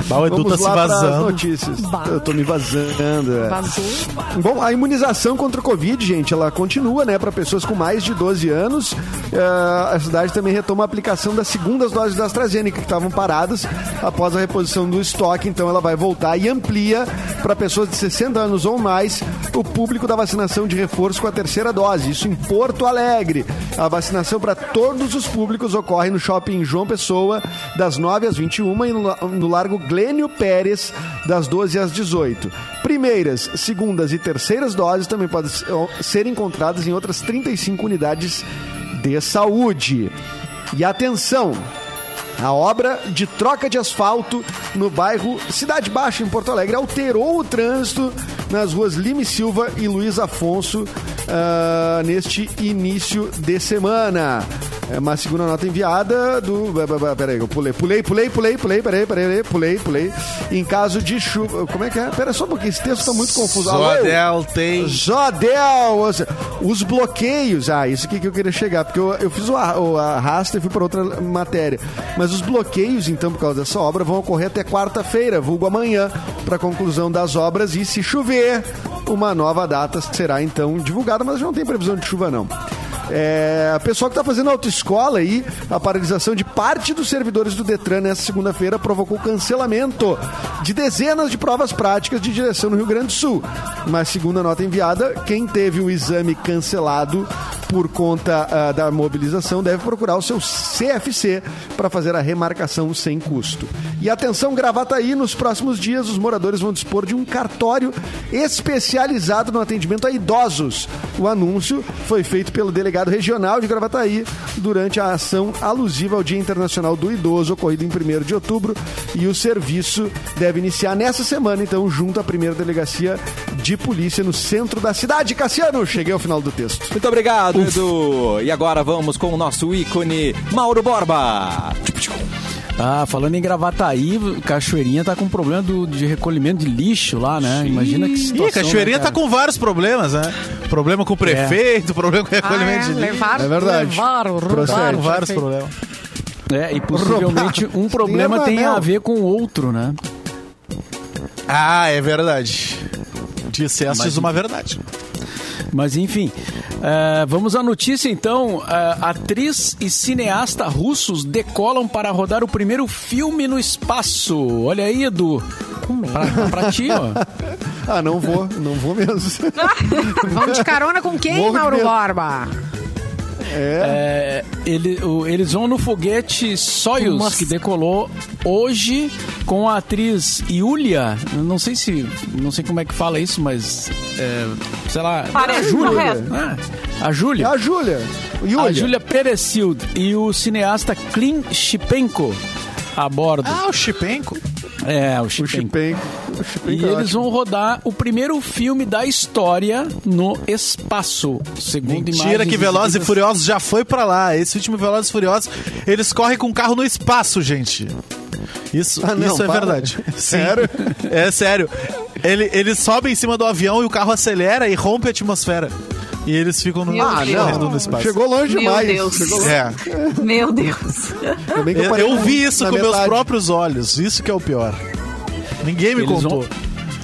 Bah, o Edu vamos tá se lá pras vazando. notícias. Eu tô me vazando. é. Vazou. Bom, a imunização contra o Covid, gente, ela continua, né, para pessoas com mais de 12 anos. Ah, a cidade também retoma a aplicação das segundas doses da AstraZeneca, que estavam paradas após a reposição do estoque. Então, ela vai voltar e amplia para pessoas de 60 anos ou mais o público da vacinação de reforço com a terceira dose. Isso em Porto Alegre. A vacinação para todos os públicos ocorre no shopping João Pessoa, das 9 às 21 e no la- no Largo Glênio Pérez, das 12 às 18. Primeiras, segundas e terceiras doses também podem se- ó, ser encontradas em outras 35 unidades de saúde. E atenção! A obra de troca de asfalto no bairro Cidade Baixa, em Porto Alegre, alterou o trânsito nas ruas Lime Silva e Luiz Afonso ah, neste início de semana. É uma segunda nota enviada do. Peraí, eu pulei, pulei, pulei, pulei, pulei, peraí, peraí, pulei, pulei. Em caso de chuva. Como é que é? Pera só um pouquinho, esse texto tá muito confuso. Alô, eu? Jodel tem. Jodel! ou seja, Os bloqueios. Ah, isso aqui que eu queria chegar, porque eu, eu fiz o, a- o arrasto e fui para outra matéria. Mas os bloqueios, então, por causa dessa obra, vão ocorrer até quarta-feira, vulgo amanhã, para conclusão das obras. E se chover, uma nova data será então divulgada, mas não tem previsão de chuva, não. É, pessoal que está fazendo autoescola aí, a paralisação de parte dos servidores do Detran nessa segunda-feira provocou cancelamento de dezenas de provas práticas de direção no Rio Grande do Sul. Mas, segundo a nota enviada, quem teve o exame cancelado por conta ah, da mobilização deve procurar o seu CFC para fazer a remarcação sem custo. E atenção, gravata aí, nos próximos dias os moradores vão dispor de um cartório especializado no atendimento a idosos. O anúncio foi feito pelo delegado regional de Gravataí durante a ação alusiva ao Dia Internacional do Idoso, ocorrido em 1 de outubro. E o serviço deve iniciar nessa semana, então, junto à primeira delegacia de polícia no centro da cidade. Cassiano, cheguei ao final do texto. Muito obrigado, Edu. E agora vamos com o nosso ícone, Mauro Borba. Ah, falando em Gravataí, Cachoeirinha tá com problema do- de recolhimento de lixo lá, né? Imagina que situação. Ih, Cachoeirinha né, tá cara? com vários problemas, né? Problema com o prefeito, problema com o Ah, recolhimento é, de lixo. levaram, É verdade. levaram, Procede. roubaram. vários perfeito. problemas. É, e possivelmente um problema Cinema, tem a não. ver com o outro, né? Ah, é verdade. Dissestes uma verdade. Mas enfim, eh, vamos à notícia então. Eh, atriz e cineasta russos decolam para rodar o primeiro filme no espaço. Olha aí, Edu. Pra, pra ti, ó. Ah, não vou, não vou mesmo. [laughs] Vamos de carona com quem, Morro de Mauro medo. Borba? É, ele- o- eles vão no foguete Soyuz, Nossa. que decolou hoje com a atriz Yulia. Eu Não sei se. Não sei como é que fala isso, mas. é, sei lá. Parece um né? correto. Ah, a Júlia. É A Júlia. A Júlia. Júlia Peresild e o cineasta Klim Shipenko a bordo. Ah, o Chipenko. é, o O tá Shipenko. Chipenco. é E eles vão rodar o primeiro filme da história no espaço, segundo Mentira imagens que Velozes e exibidas- Furiosos já foi pra lá. Esse último Velozes e Furiosos, eles correm com o carro no espaço, gente. Isso, Ah, não, isso é para. [laughs] verdade. Sério? Sim. É sério. Ele, ele sobe em cima do avião e o carro acelera e rompe a atmosfera. E eles ficam no, Meu ah, Deus. correndo no espaço. Chegou longe Meu demais. Deus. Chegou longe. É. Meu Deus. Ainda bem que Eu, parei eu na- vi isso na com meus metade. próprios olhos. Isso que é o pior. Ninguém me Eles contou. vão-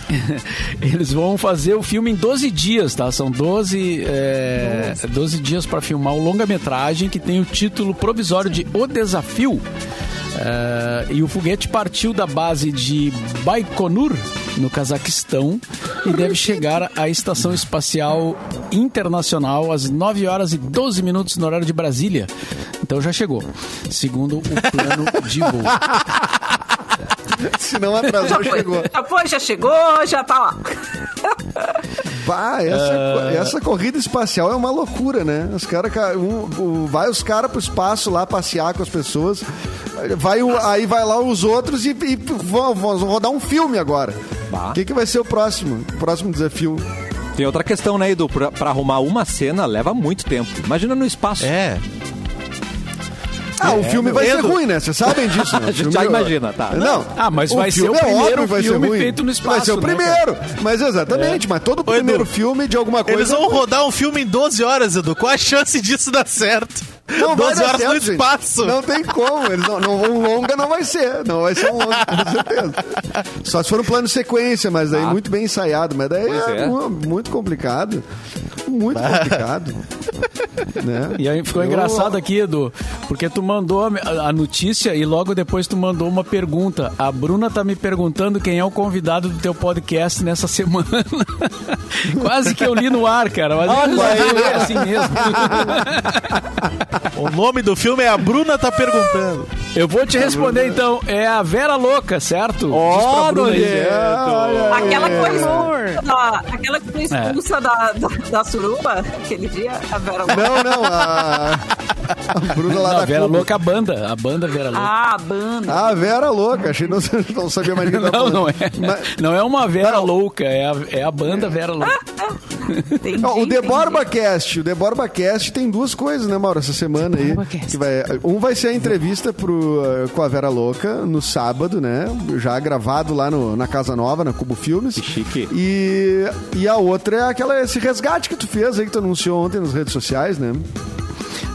[laughs] Eles vão fazer o filme em 12 dias, tá? São 12, é, 12 dias para filmar o longa-metragem que tem o título provisório de O Desafio. É, e o foguete partiu da base de Baikonur, no Cazaquistão, e deve chegar à Estação Espacial Internacional às 9 horas e 12 minutos no horário de Brasília. Então já chegou, segundo o plano de voo. Se não [laughs] atrasou, Foi. chegou. Já foi, já chegou, já tá lá. Pá, essa, essa corrida espacial é uma loucura, né? Os cara, ca- um, o- vai os caras pro espaço lá passear com as pessoas. Vai o- aí vai lá os outros e, e vão, vão rodar um filme agora. O que, que vai ser o próximo? O próximo desafio. Tem outra questão, né, Edu? Pra, pra arrumar uma cena leva muito tempo. Imagina no espaço. É. Ah, o filme vai ser Edu. ruim, né? Vocês sabem disso, [laughs] né? A gente já imagina, tá. Não. Ah, mas vai ser filme é o primeiro óbvio, vai ser filme ruim. feito no espaço, Vai ser o né, primeiro. mas exatamente, mas todo primeiro Edu, filme de alguma coisa. Eles vão rodar um filme em 12 horas, Edu. Qual a chance disso dar certo? Não vai 12 dar horas certo, no gente. espaço. Não tem como. Eles não, não vão longa, não vai ser. Não vai ser um longa, com certeza. Só se for um plano sequência, mas Ah. daí muito bem ensaiado. Mas daí Pois é, é. mu- muito complicado. Muito complicado. né? E aí ficou Eu- engraçado aqui, Edu, porque tu mandou a, a notícia e logo depois tu mandou uma pergunta. A Bruna tá me perguntando quem é o convidado do teu podcast nessa [laughs] semana. Quase que eu li no ar, cara, mas eu resolvi, é assim mesmo. O nome do filme é A Bruna Tá Perguntando. Eu vou te responder então, é a Vera Louca, certo? Diz pra Ó, Bruna aí. Nogueira. É, olha, A Aquela que foi Amor. expulsa, da, aquela É. que foi expulsa da, da, da suruba aquele dia, a Vera Lúcia. Não, não. A, a Bruna lá Não, da a Vera Cuba. Louca, é a banda. A banda Vera Louca. Ah, a banda. Ah, Vera louca. Achei não, não sabia mais o [laughs] que Não, não é. tá Mas- Não é uma Vera Não. Louca, é a, é a banda Vera Louca. Entendi, Ó, o The entendi. Borba Cast, o The Borba Cast tem duas coisas, né, Mauro, essa semana aí. Que vai, um vai ser a entrevista pro, eh, com a Vera Louca no sábado, né? Já gravado lá no- na Casa Nova, na Cubo Filmes. Que chique. E, e a outra é aquela, esse resgate que tu fez aí, que tu anunciou ontem nas redes sociais, né?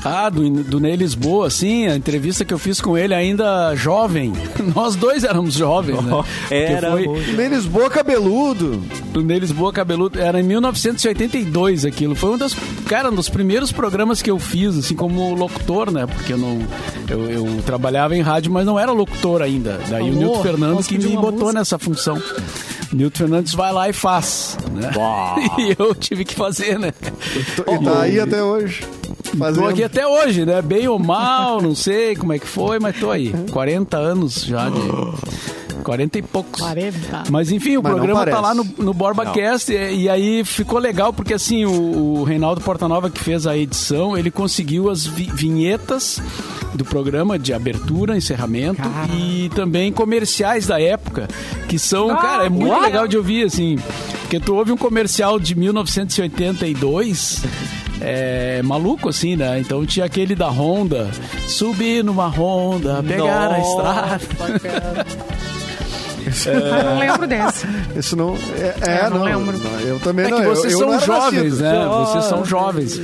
Ah, do, do Ney Lisboa, sim, a entrevista que eu fiz com ele ainda jovem. [laughs] Nós dois éramos jovens, [laughs] né? era Que foi- Ney Lisboa cabeludo. do Ney Lisboa Cabeludo, era em 1982 aquilo. Foi um dos, cara, um dos primeiros programas que eu fiz, assim, como locutor, né? Porque eu não. Eu, eu trabalhava em rádio, mas não era locutor ainda. Daí o Alô, Nilton Fernandes posso que pedir me uma botou música? nessa função. Nilton Fernandes vai lá e faz, né? [laughs] E eu tive que fazer, né? Tô- e tá aí até hoje. Tô Fazendo. aqui até hoje, né? Bem ou mal, não sei como é que foi, mas tô aí. 40 anos já de. 40 e poucos. 40. Mas enfim, o Mas não programa tá parece. lá no, no BorbaCast e, e aí ficou legal porque assim, o, o Reinaldo Portanova que fez a edição, ele conseguiu as vi- vinhetas do programa de abertura, encerramento e também comerciais da época, que são, cara, é muito legal de ouvir assim, porque tu ouve um comercial de 1982 é maluco assim, né? Então tinha aquele da Honda, subir numa Honda, pegar a estrada. Eu não É. lembro desse. Isso não. É, é, Eu não não, lembro. não, Eu também É não. que eu- vocês eu, são não era jovens, nascido. né? Vocês são jovens.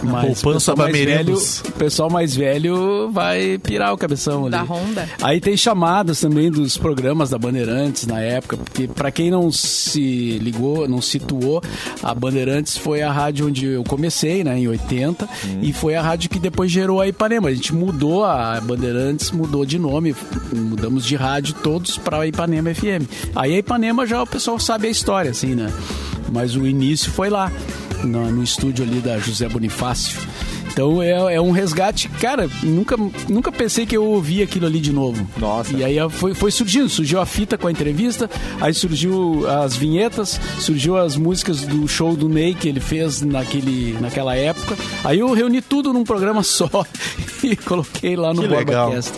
Mas o Poupança pessoal, mais velho, Bamerindos. o pessoal mais velho vai pirar o cabeção ali. Da Honda. Aí tem chamadas também dos programas da Bandeirantes na época, porque pra quem não se ligou, não situou, a Bandeirantes foi a rádio onde eu comecei, né, em 80, e foi a rádio que depois gerou a Ipanema. A gente mudou a Bandeirantes, mudou de nome, mudamos de rádio todos pra Ipanema FM. Aí a Ipanema já o pessoal sabe a história assim, né? Mas o início foi lá, no, no estúdio ali da José Bonifácio. Então é, é um resgate, cara, nunca, nunca pensei que eu ouvi aquilo ali de novo. Nossa. E aí ah, foi, foi surgindo, surgiu a fita com a entrevista, aí surgiu as vinhetas, surgiu as músicas do show do Ney que ele fez naquele, naquela época. Aí eu reuni tudo num programa [laughs] só e coloquei lá no Que legal. Bobcast.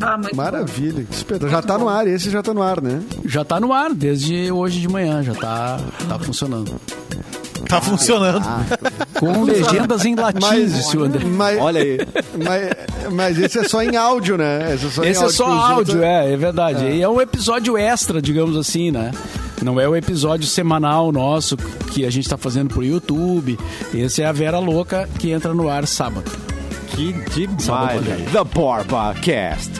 Ah, muito Maravilha, que espetáculo. Já tá no ar, esse já tá no ar, né? Já tá no ar desde hoje de manhã, já tá, tá funcionando. Tá funcionando. Com legendas em latim, disse o André. mas- Olha aí. Mas, mas esse é só em áudio, né? Esse é só, em Esse é só que os áudio, outros- é, é verdade. E é um episódio extra, digamos assim, né? Não é o episódio semanal nosso que a gente tá fazendo pro YouTube. Esse é a Vera Louca que entra no ar sábado. Que Sábado, demais. The olha. Borba Cast.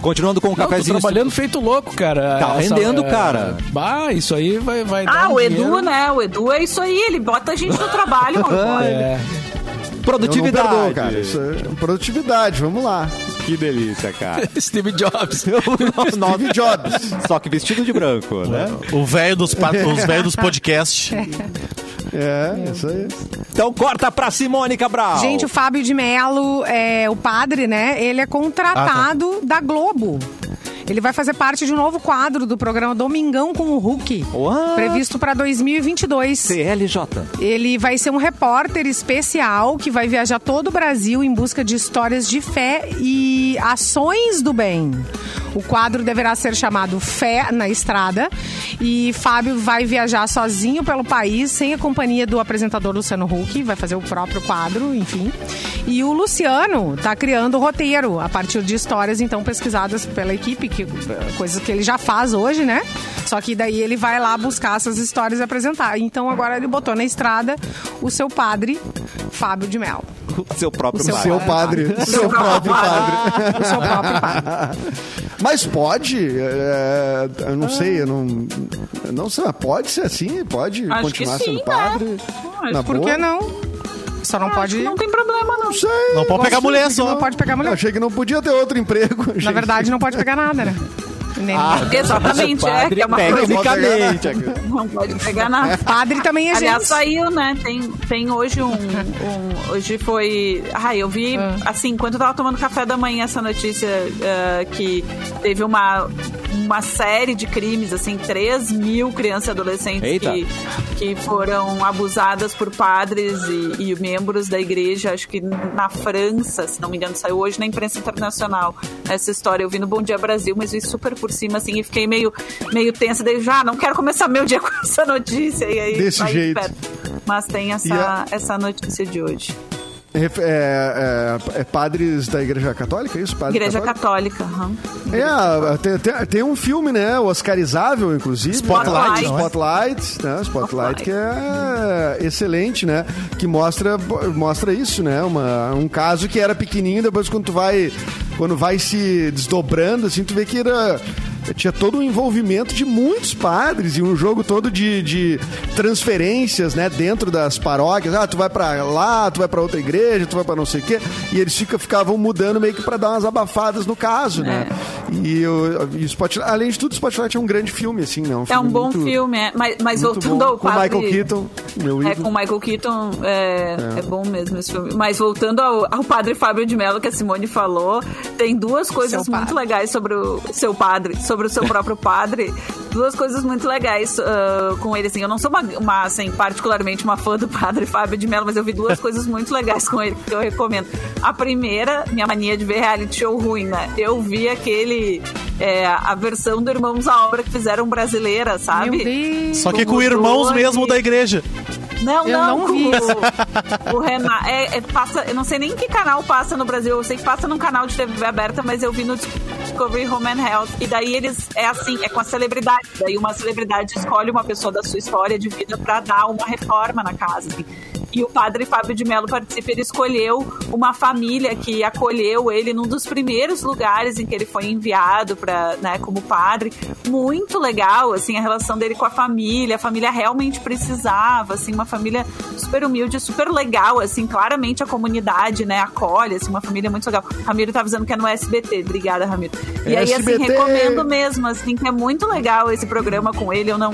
Continuando com o Não, tô cafezinho. trabalhando feito louco, cara. é, Tá rendendo, cara. Bah, isso aí vai, vai dar Ah, um o Edu, dinheiro. né? O Edu é isso aí, ele bota a gente no trabalho, mano. É, Eu não Produtividade. é- perdoo, cara. Isso é produtividade, vamos lá. Que delícia, [laughs] cara. Steve Jobs. Steve Jobs. Só que vestido de branco, né? O velho dos, pa- os velho dos podcasts. É, isso aí. Então corta pra Simone Cabral. Gente, o Fábio de Mello, é, o padre, né? Ele é contratado da Globo. Ele vai fazer parte de um novo quadro do programa Domingão com o Hulk, What? previsto para 2022. CLJ. Ele vai ser um repórter especial que vai viajar todo o Brasil em busca de histórias de fé e ações do bem. O quadro deverá ser chamado Fé na Estrada e Fábio vai viajar sozinho pelo país, sem a companhia do apresentador Luciano Huck, vai fazer o próprio quadro, enfim. E o Luciano tá criando o roteiro a partir de histórias então pesquisadas pela equipe, que eh, coisas que ele já faz hoje, né? Só que daí ele vai lá buscar essas histórias e apresentar. Então agora ele botou na estrada o seu padre, Fábio de Mel. Seu próprio O seu pai. Seu padre. Seu próprio padre. O seu próprio padre. Mas pode? é, eu não sei, eu não. eu Não sei, mas pode ser assim? Pode Acho continuar que sim, sendo né? padre? Acho Na Por boa? que não? Só não "Ah, Acho pode. que não tem problema, não. Não sei. Não pode pegar mulher só. Não pode pegar Eu mulher. achei que não podia ter outro emprego. Na achei que- [laughs] verdade, não pode pegar nada, né? Nem Exatamente, é, que é uma coisa que Tecnicamente. não pode pegar nada. padre também é Aliás, gente. saiu, né? Tem, tem hoje um, um- Hoje foi. Ai, eu vi. Assim, quando eu tava tomando café da manhã, essa notícia eh, que ah, teve uma uma série de crimes, assim, 3 mil crianças e adolescentes Eita. que, que foram abusadas por padres e, e membros da igreja, acho que na França, se não me engano, saiu hoje na imprensa internacional essa história. Eu vi no Bom Dia Brasil, mas vi super por cima, assim, e fiquei meio, meio tensa, daí já ah, não quero começar meu dia [laughs] com essa notícia, e aí... Desse aí jeito. espero. Mas tem essa, E a- essa notícia de hoje. Ref- É, é- é padres da Igreja Católica, é isso? Padre Igreja Católica, aham. É, a- tem, tem- tem um filme, né? O Oscarizável, inclusive. Spotlight, Spotlight, não é? Spotlight, né? Spotlight, que é excelente, né? Que mostra, mostra isso, né? Uma, um caso que era pequenininho, depois quando tu vai, quando vai se desdobrando, assim, tu vê que era... Tinha todo o envolvimento de muitos padres e um jogo todo de, de transferências, né? Dentro das paróquias. Ah, tu vai pra lá, tu vai pra outra igreja, tu vai pra não sei o quê. E eles fica, ficavam mudando meio que pra dar umas abafadas no caso, né? É. E, eu, e o Spotlight, além de tudo, o Spotlight é um grande filme, assim, não. É um bom muito- filme, é. mas, mas muito voltando bom. ao Com o padre... Michael Keaton, meu É, ídolo. com o Michael Keaton é, é bom mesmo esse filme. Mas voltando ao, ao padre Fábio de Mello que a Simone falou, tem duas coisas Seu padre. muito legais sobre o seu padre, sobre o seu próprio padre. Duas coisas muito legais ah, com ele, assim. Eu não sou uma, uma, assim, particularmente uma fã do padre Fábio de Mello, mas eu vi duas coisas muito legais com ele que eu recomendo. A primeira, minha mania de ver reality show ruim, né? Eu vi aquele. é, a versão do Irmãos à Obra que fizeram brasileira, sabe? Meu Deus. Só um que Com com os irmãos dois. mesmo da igreja. Não, Eu não, não com vi O, o Renato. É, é, passa, eu não sei nem que canal passa no Brasil. Eu sei que passa num canal de TV aberta, mas eu vi no Discovery Home and Health. E daí eles. É assim, é com a celebridade. Daí uma celebridade escolhe uma pessoa da sua história de vida pra dar uma reforma na casa. assim. E o padre Fábio de Mello participa. Ele escolheu uma família que acolheu ele num dos primeiros lugares em que ele foi enviado para, né, como padre. Muito legal, assim, a relação dele com a família. A família realmente precisava, assim, uma família super humilde, super legal, assim, claramente a comunidade, né, acolhe, assim, uma família muito legal. Ramiro tá avisando que é no SBT, obrigada, Ramiro. E aí, assim, SBT. recomendo mesmo, assim, que é muito legal esse programa com ele, eu não,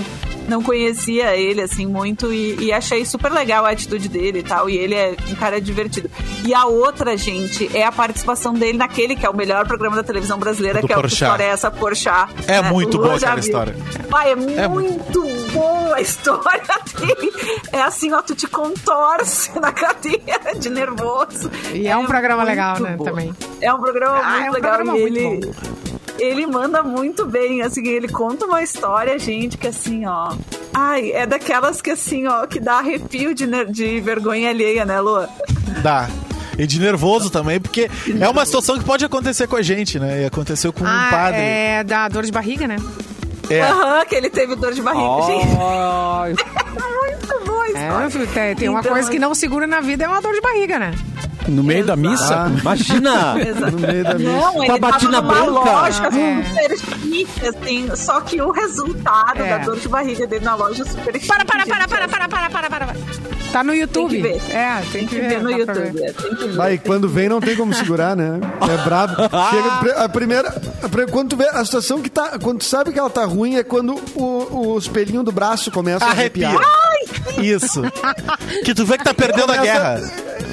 não conhecia ele, assim, muito e, e achei super legal a atitude dele e tal, e ele é um cara divertido. E a outra, gente, é a participação dele naquele que é o melhor programa da televisão brasileira, Do que é o Porchat. História é Essa Porchat. É né? muito O Lu boa já aquela viu. história. Pai, é, muito boa a história [laughs] dele. É assim, ó, tu te contorce na [laughs] cadeira de nervoso. E é um programa muito legal, né, também. É um programa Ah, muito é um legal. programa e muito ele, bom. ele manda muito bem, assim, ele conta uma história, gente, que assim, ó. Ai, é daquelas que assim, ó, que dá arrepio de, ner- de vergonha alheia, né, Lua? Dá. E de nervoso também, porque é uma situação que pode acontecer com a gente, né? E aconteceu com um Ah, padre. é da dor de barriga, né? É. Aham, que ele teve dor de barriga, gente. [laughs] Ai, Muito boa a história. É, filho, tem, tem uma Então, coisa que não segura na vida é uma dor de barriga, né? No meio da missa? imagina! [laughs] Exato. Ah, No meio da missa. Não, ele tava batina numa branca. loja Ah, é. super chique, assim, só que o resultado É. da dor de barriga dele na loja é super chique. Para, para, gente, para, para, assim, para, para, para, para. Tá no YouTube. Tem que ver. É, tem, Tem que ver no dá pra YouTube. ver. é, Tem que ver. Vai, quando vem não tem como segurar, né? [laughs] É brabo. Chega, a primeira, a pri- quando tu vê a situação que tá, quando tu sabe que ela tá ruim é quando o, o espelhinho do braço começa Arrepia. a arrepiar. Isso. Que tu vê que tá perdendo a guerra.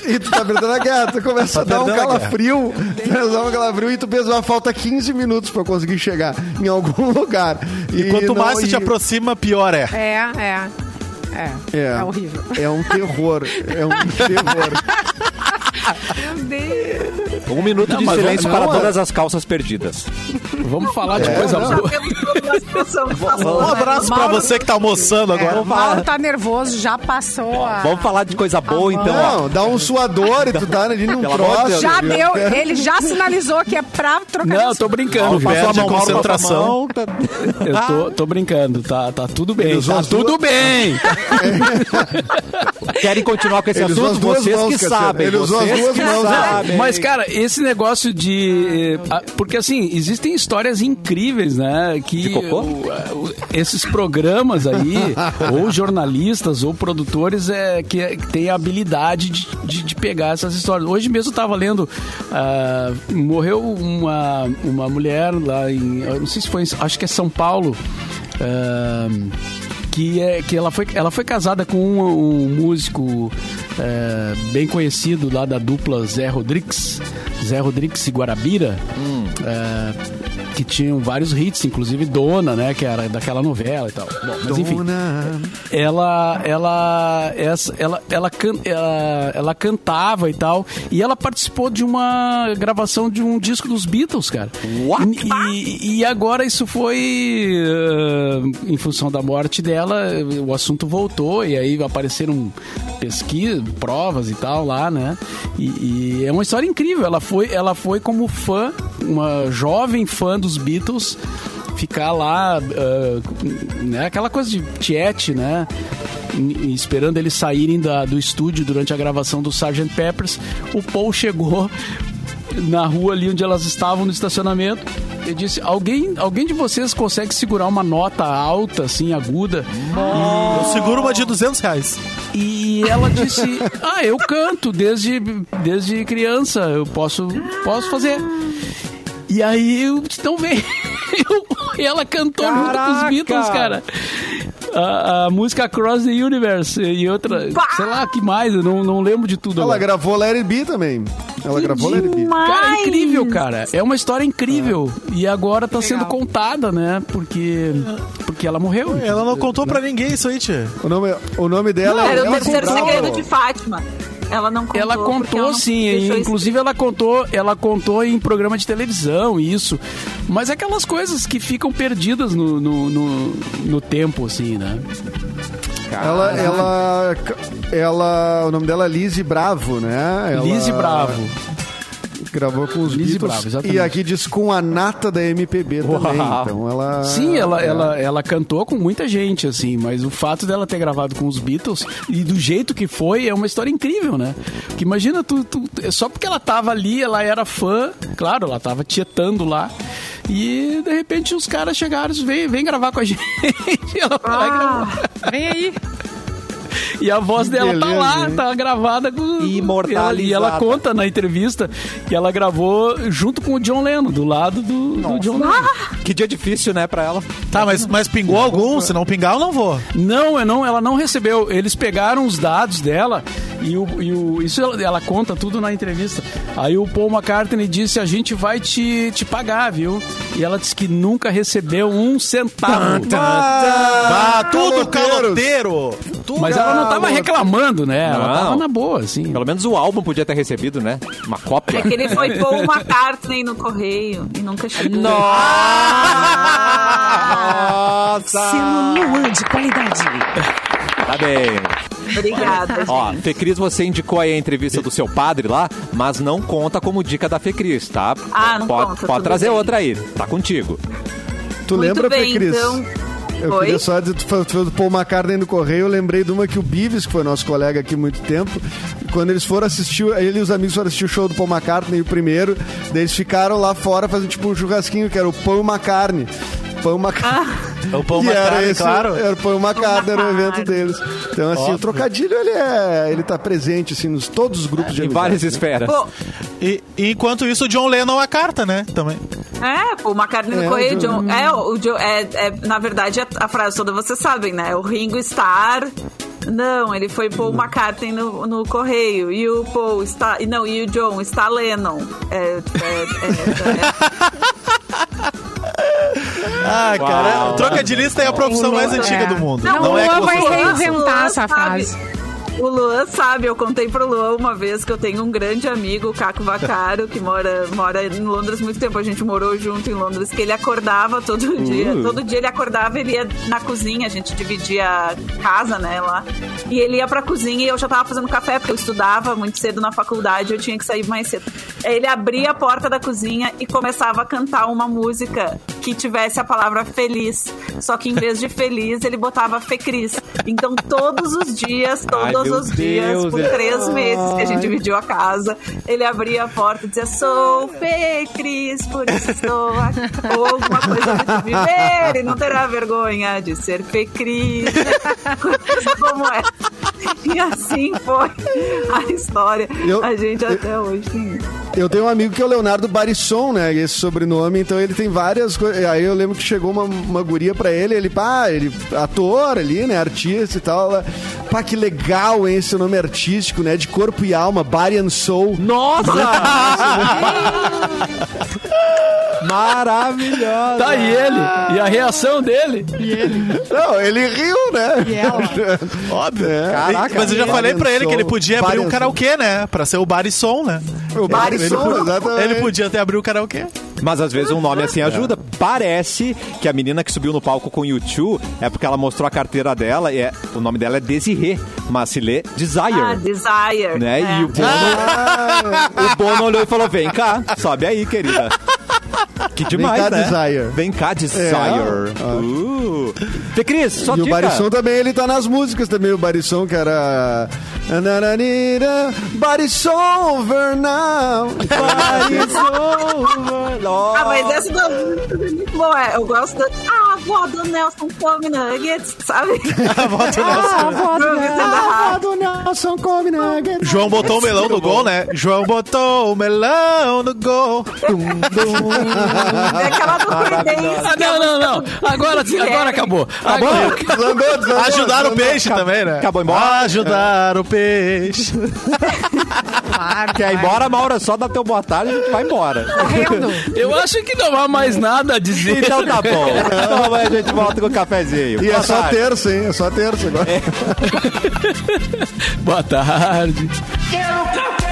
E tu tá perdendo a guerra, tu começa Tá a dar um perdendo a guerra. calafrio, tu dá um calafrio e tu pensa, ah, falta 15 minutos pra eu conseguir chegar em algum lugar. E quanto não- mais tu te e- aproxima, pior é. É, é. É, é horrível. É um terror. É um terror. Meu Deus. Um minuto de mas silêncio não, para não, todas as calças perdidas. Vamos falar de coisa Já boa. temos todas as pessoas que passou, Um né? abraço pra Mauro- você que tá almoçando agora. É, Mauro tá nervoso, já passou a... Vamos falar de coisa boa, então. ó. Não, dá um suador e tu tá [laughs] ali num Pelo amor de troço. Deus. Já ali, deu, né? ele já sinalizou que é pra trocar Não, eu de- tô brincando, Perde velho. a Mauro, passa concentração. a mão, tá- Eu tô, tô brincando, tá, tá tudo bem. Ele usou Tá as duas- tudo bem! Querem continuar com esse Ele usou assunto? as duas Vocês mãos, que Cassiano. sabem. Ele usou as vocês duas que mãos. sabem. Mas, cara, esse negócio de. ah, Porque, assim, existem histórias incríveis, né? Que De cocô? o- ah, o- esses programas aí, ou jornalistas, ou produtores, é, que, é- que têm a habilidade de, de- de pegar essas histórias. Hoje mesmo eu tava lendo. ah, morreu uma, uma mulher lá em. eu não sei se foi. em- Acho que é São Paulo. ah, que, é, que ela, foi, ela foi casada com um, um músico é, bem conhecido lá da dupla Zé Rodrigues, Zé Rodrigues e Guarabira. É, que tinham vários hits, inclusive Dona, né? Que era daquela novela e tal. Bom, mas enfim. Dona. Ela, ela, essa, ela, ela, can- ela, ela cantava e tal. E ela participou de uma gravação de um disco dos Beatles, cara. What? E, e agora isso foi eh, em função da morte dela, o assunto voltou e aí apareceram pesquisas, provas e tal lá, né? E, e é uma história incrível. Ela foi, ela foi como fã, uma jovem fã dos Beatles, ficar lá, eh, né? Aquela coisa de tiete, né? N- Esperando eles saírem da- do estúdio durante a gravação do Sgt. Peppers, o Paul chegou na rua ali onde elas estavam no estacionamento. Eu disse, alguém, alguém de vocês consegue segurar uma nota alta, assim, aguda? Oh. Eu seguro uma de 200 reais. E ela disse, ah, eu canto desde, desde criança, eu posso, posso fazer. E aí, eu disse, então vem. [laughs] Eu- ela cantou junto com os Caraca! Beatles, cara. A, a música Cross the Universe e outra, sei lá, que mais, eu não, não lembro de tudo Ela agora. gravou Let It Be também. Ela gravou Let It Be. Cara, é incrível, cara. É uma história incrível. E agora tá sendo Legal. contada, né? Porque, porque ela morreu. né? Ela não contou pra ninguém isso aí, tia. O nome, o nome dela é Era é é o ela terceiro comprou- segredo de Fátima. Ela não contou. Ela porque contou ela não sim, deixou isso. inclusive ela contou, ela contou em programa de televisão e isso. Mas é aquelas coisas que ficam perdidas no, no, no- no tempo, assim, né? Ela, ela, ela, o nome dela é Lizzie Bravo, né? Ela Lise Bravo. Gravou com os Lizzy Beatles. Bravo, exatamente. e aqui diz com a nata da MPB também. Uau. Então ela. Sim, ela, é. ela, ela cantou com muita gente, assim, mas o fato dela ter gravado com os Beatles e do jeito que foi é uma história incrível, né? Porque imagina, tu, tu- é só porque ela tava ali, ela era fã, claro, ela tava tietando lá. E de repente os caras chegaram, vem, vem gravar com a [laughs] gente. E ela foi lá e gravou. Ah, Vem aí. E a voz dela tá beleza, lá, hein? tá gravada com. Imortalizada. E ela, e ela conta na entrevista que ela gravou junto com o John Lennon, do lado do, do John Lennon. Que dia difícil, né, pra ela. Tá, mas, mas pingou algum? Se não pingar, eu não vou. Não, eu não, ela não recebeu. Eles pegaram os dados dela e, o, e o- isso ela, ela conta tudo na entrevista. Aí o Paul McCartney disse: a gente vai te, te pagar, viu? E ela disse que nunca recebeu um centavo. Tá Ah, tudo caloteiro. caloteiros. Tudo Mas ela não tava reclamando, né? Ela Não. tava na boa, assim. Pelo menos o álbum podia ter recebido, né? Uma cópia. [laughs] É que ele [laughs] foi pôr uma carta no correio e nunca chegou. Nossa! Luan de qualidade. Tá bem. Obrigada. Ó, Fecris, você indicou aí a entrevista do seu padre lá, mas não conta como dica da Fecris, tá? Ah, não pode, conta, Pode tudo trazer bem. outra aí. Tá contigo. Muito Tu lembra, bem, Fê Cris? então. Eu Oi? queria só dizer, tu falou tu falou do Paul McCartney no Correio, eu lembrei de uma que o Bives, que foi nosso colega aqui há muito tempo, quando eles foram assistir, ele e os amigos foram assistir o show do Paul McCartney, o primeiro, daí eles ficaram lá fora fazendo tipo um churrasquinho, que era o Pão McCartney. Pão Ah. [laughs] McCartney. É o pão E era macarrão, esse, É, claro. Era o Pão McCartney, era o evento deles. Então, assim, o trocadilho, ele é, ele tá presente, assim, nos todos os grupos de É, Em amizade, várias né? esferas. Pô, E, e enquanto isso, o John Lennon a carta, né? Também. é, pô, uma carne no É, correio. o John- John- é, o John, é, é, na verdade, a, a frase toda vocês sabem, né? O Ringo Starr. Não, ele foi pôr uma carta no, no correio. E o Paul está. e Não, e o John está Lennon. É, é, é, é. [laughs] Ah, cara. Uau. Troca de lista é a profissão mais antiga do mundo. Não, o é Luan que vai você- reinventar Luan essa sabe. frase. O Luan sabe, eu contei pro Luan uma vez que eu tenho um grande amigo, o Caco Vacaro, que mora, mora em Londres muito tempo. A gente morou junto em Londres, que ele acordava todo dia. Todo dia ele acordava, ele ia na cozinha, a gente dividia a casa, né, lá. E ele ia pra cozinha e eu já tava fazendo café, porque eu estudava muito cedo na faculdade, eu tinha que sair mais cedo. Aí Ele abria a porta da cozinha e começava a cantar uma música que tivesse a palavra feliz. Só que em vez de feliz, ele botava fecris. Então todos os dias, Ai, todos meu os dias, Deus, por é- três meses que a gente dividiu a casa, ele abria a porta e dizia: Sou fecris, por isso estou aqui. Ou alguma coisa de viver e não terá vergonha de ser fecris. Coisas [laughs] Como é? E assim foi a história. Eu- a gente até hoje tem isso. Eu tenho um amigo que é o Leonardo Barisson, né? Esse sobrenome, então ele tem várias coisas. Aí eu lembro que chegou uma, uma guria pra ele, ele, pá, ele ator ali, né? Artista e tal. Ela, pá, que legal, hein? Esse nome artístico, né? De corpo Né? e alma, Body and Soul. Nossa! Maravilhosa. Tá, e ele? E a reação dele? [laughs] Não, ele riu, né? E ela? Óbvio. Caraca, É. Mas eu já ele falei pra ele que ele abençoou podia abrir um várias- karaokê, né? Pra ser o bar e som, né? [laughs] O bar e Ele- som, ele- exatamente. Ele podia até abrir o karaokê. Mas às vezes um É. nome assim ajuda. Parece que a menina que subiu no palco com o YouTube é porque ela mostrou a carteira dela e é- o nome dela é Desirê, mas se lê Desire. Ah, Desire. né? É. E o Bono, o Bono olhou e falou: Vem cá, sobe aí, querida. Que demais, cá, né? Desire. Vem cá, Desire. É. Ah. Uh. Fê Cris, só e o dica. Barisson também, ele tá nas músicas também, o Barisson, que era... Nananira, Barisson over now. Ah, mas essa da Bom, é, eu gosto da. Ah, avó do Nelson come nuggets, [laughs] sabe? Ah, vó do Ah, do Nelson come nuggets. João botou o melão no gol, né? João botou o melão no gol. É aquela do Prudence. Ah, não, não, não. Agora, [laughs] agora acabou. Agora, Lambeu, desandou, Ajudar o desandou. peixe também, né? acabou embora? Ajudar o peixe. Quer ir embora, Maura? Só dá teu boa tarde e a gente vai embora. Correndo. eu acho que não há mais nada [laughs] a dizer. Então tá bom. Então amanhã a gente volta com o cafezinho. E Boa é só tarde. terça, hein? É só terça agora. Boa tarde. Quero café! É,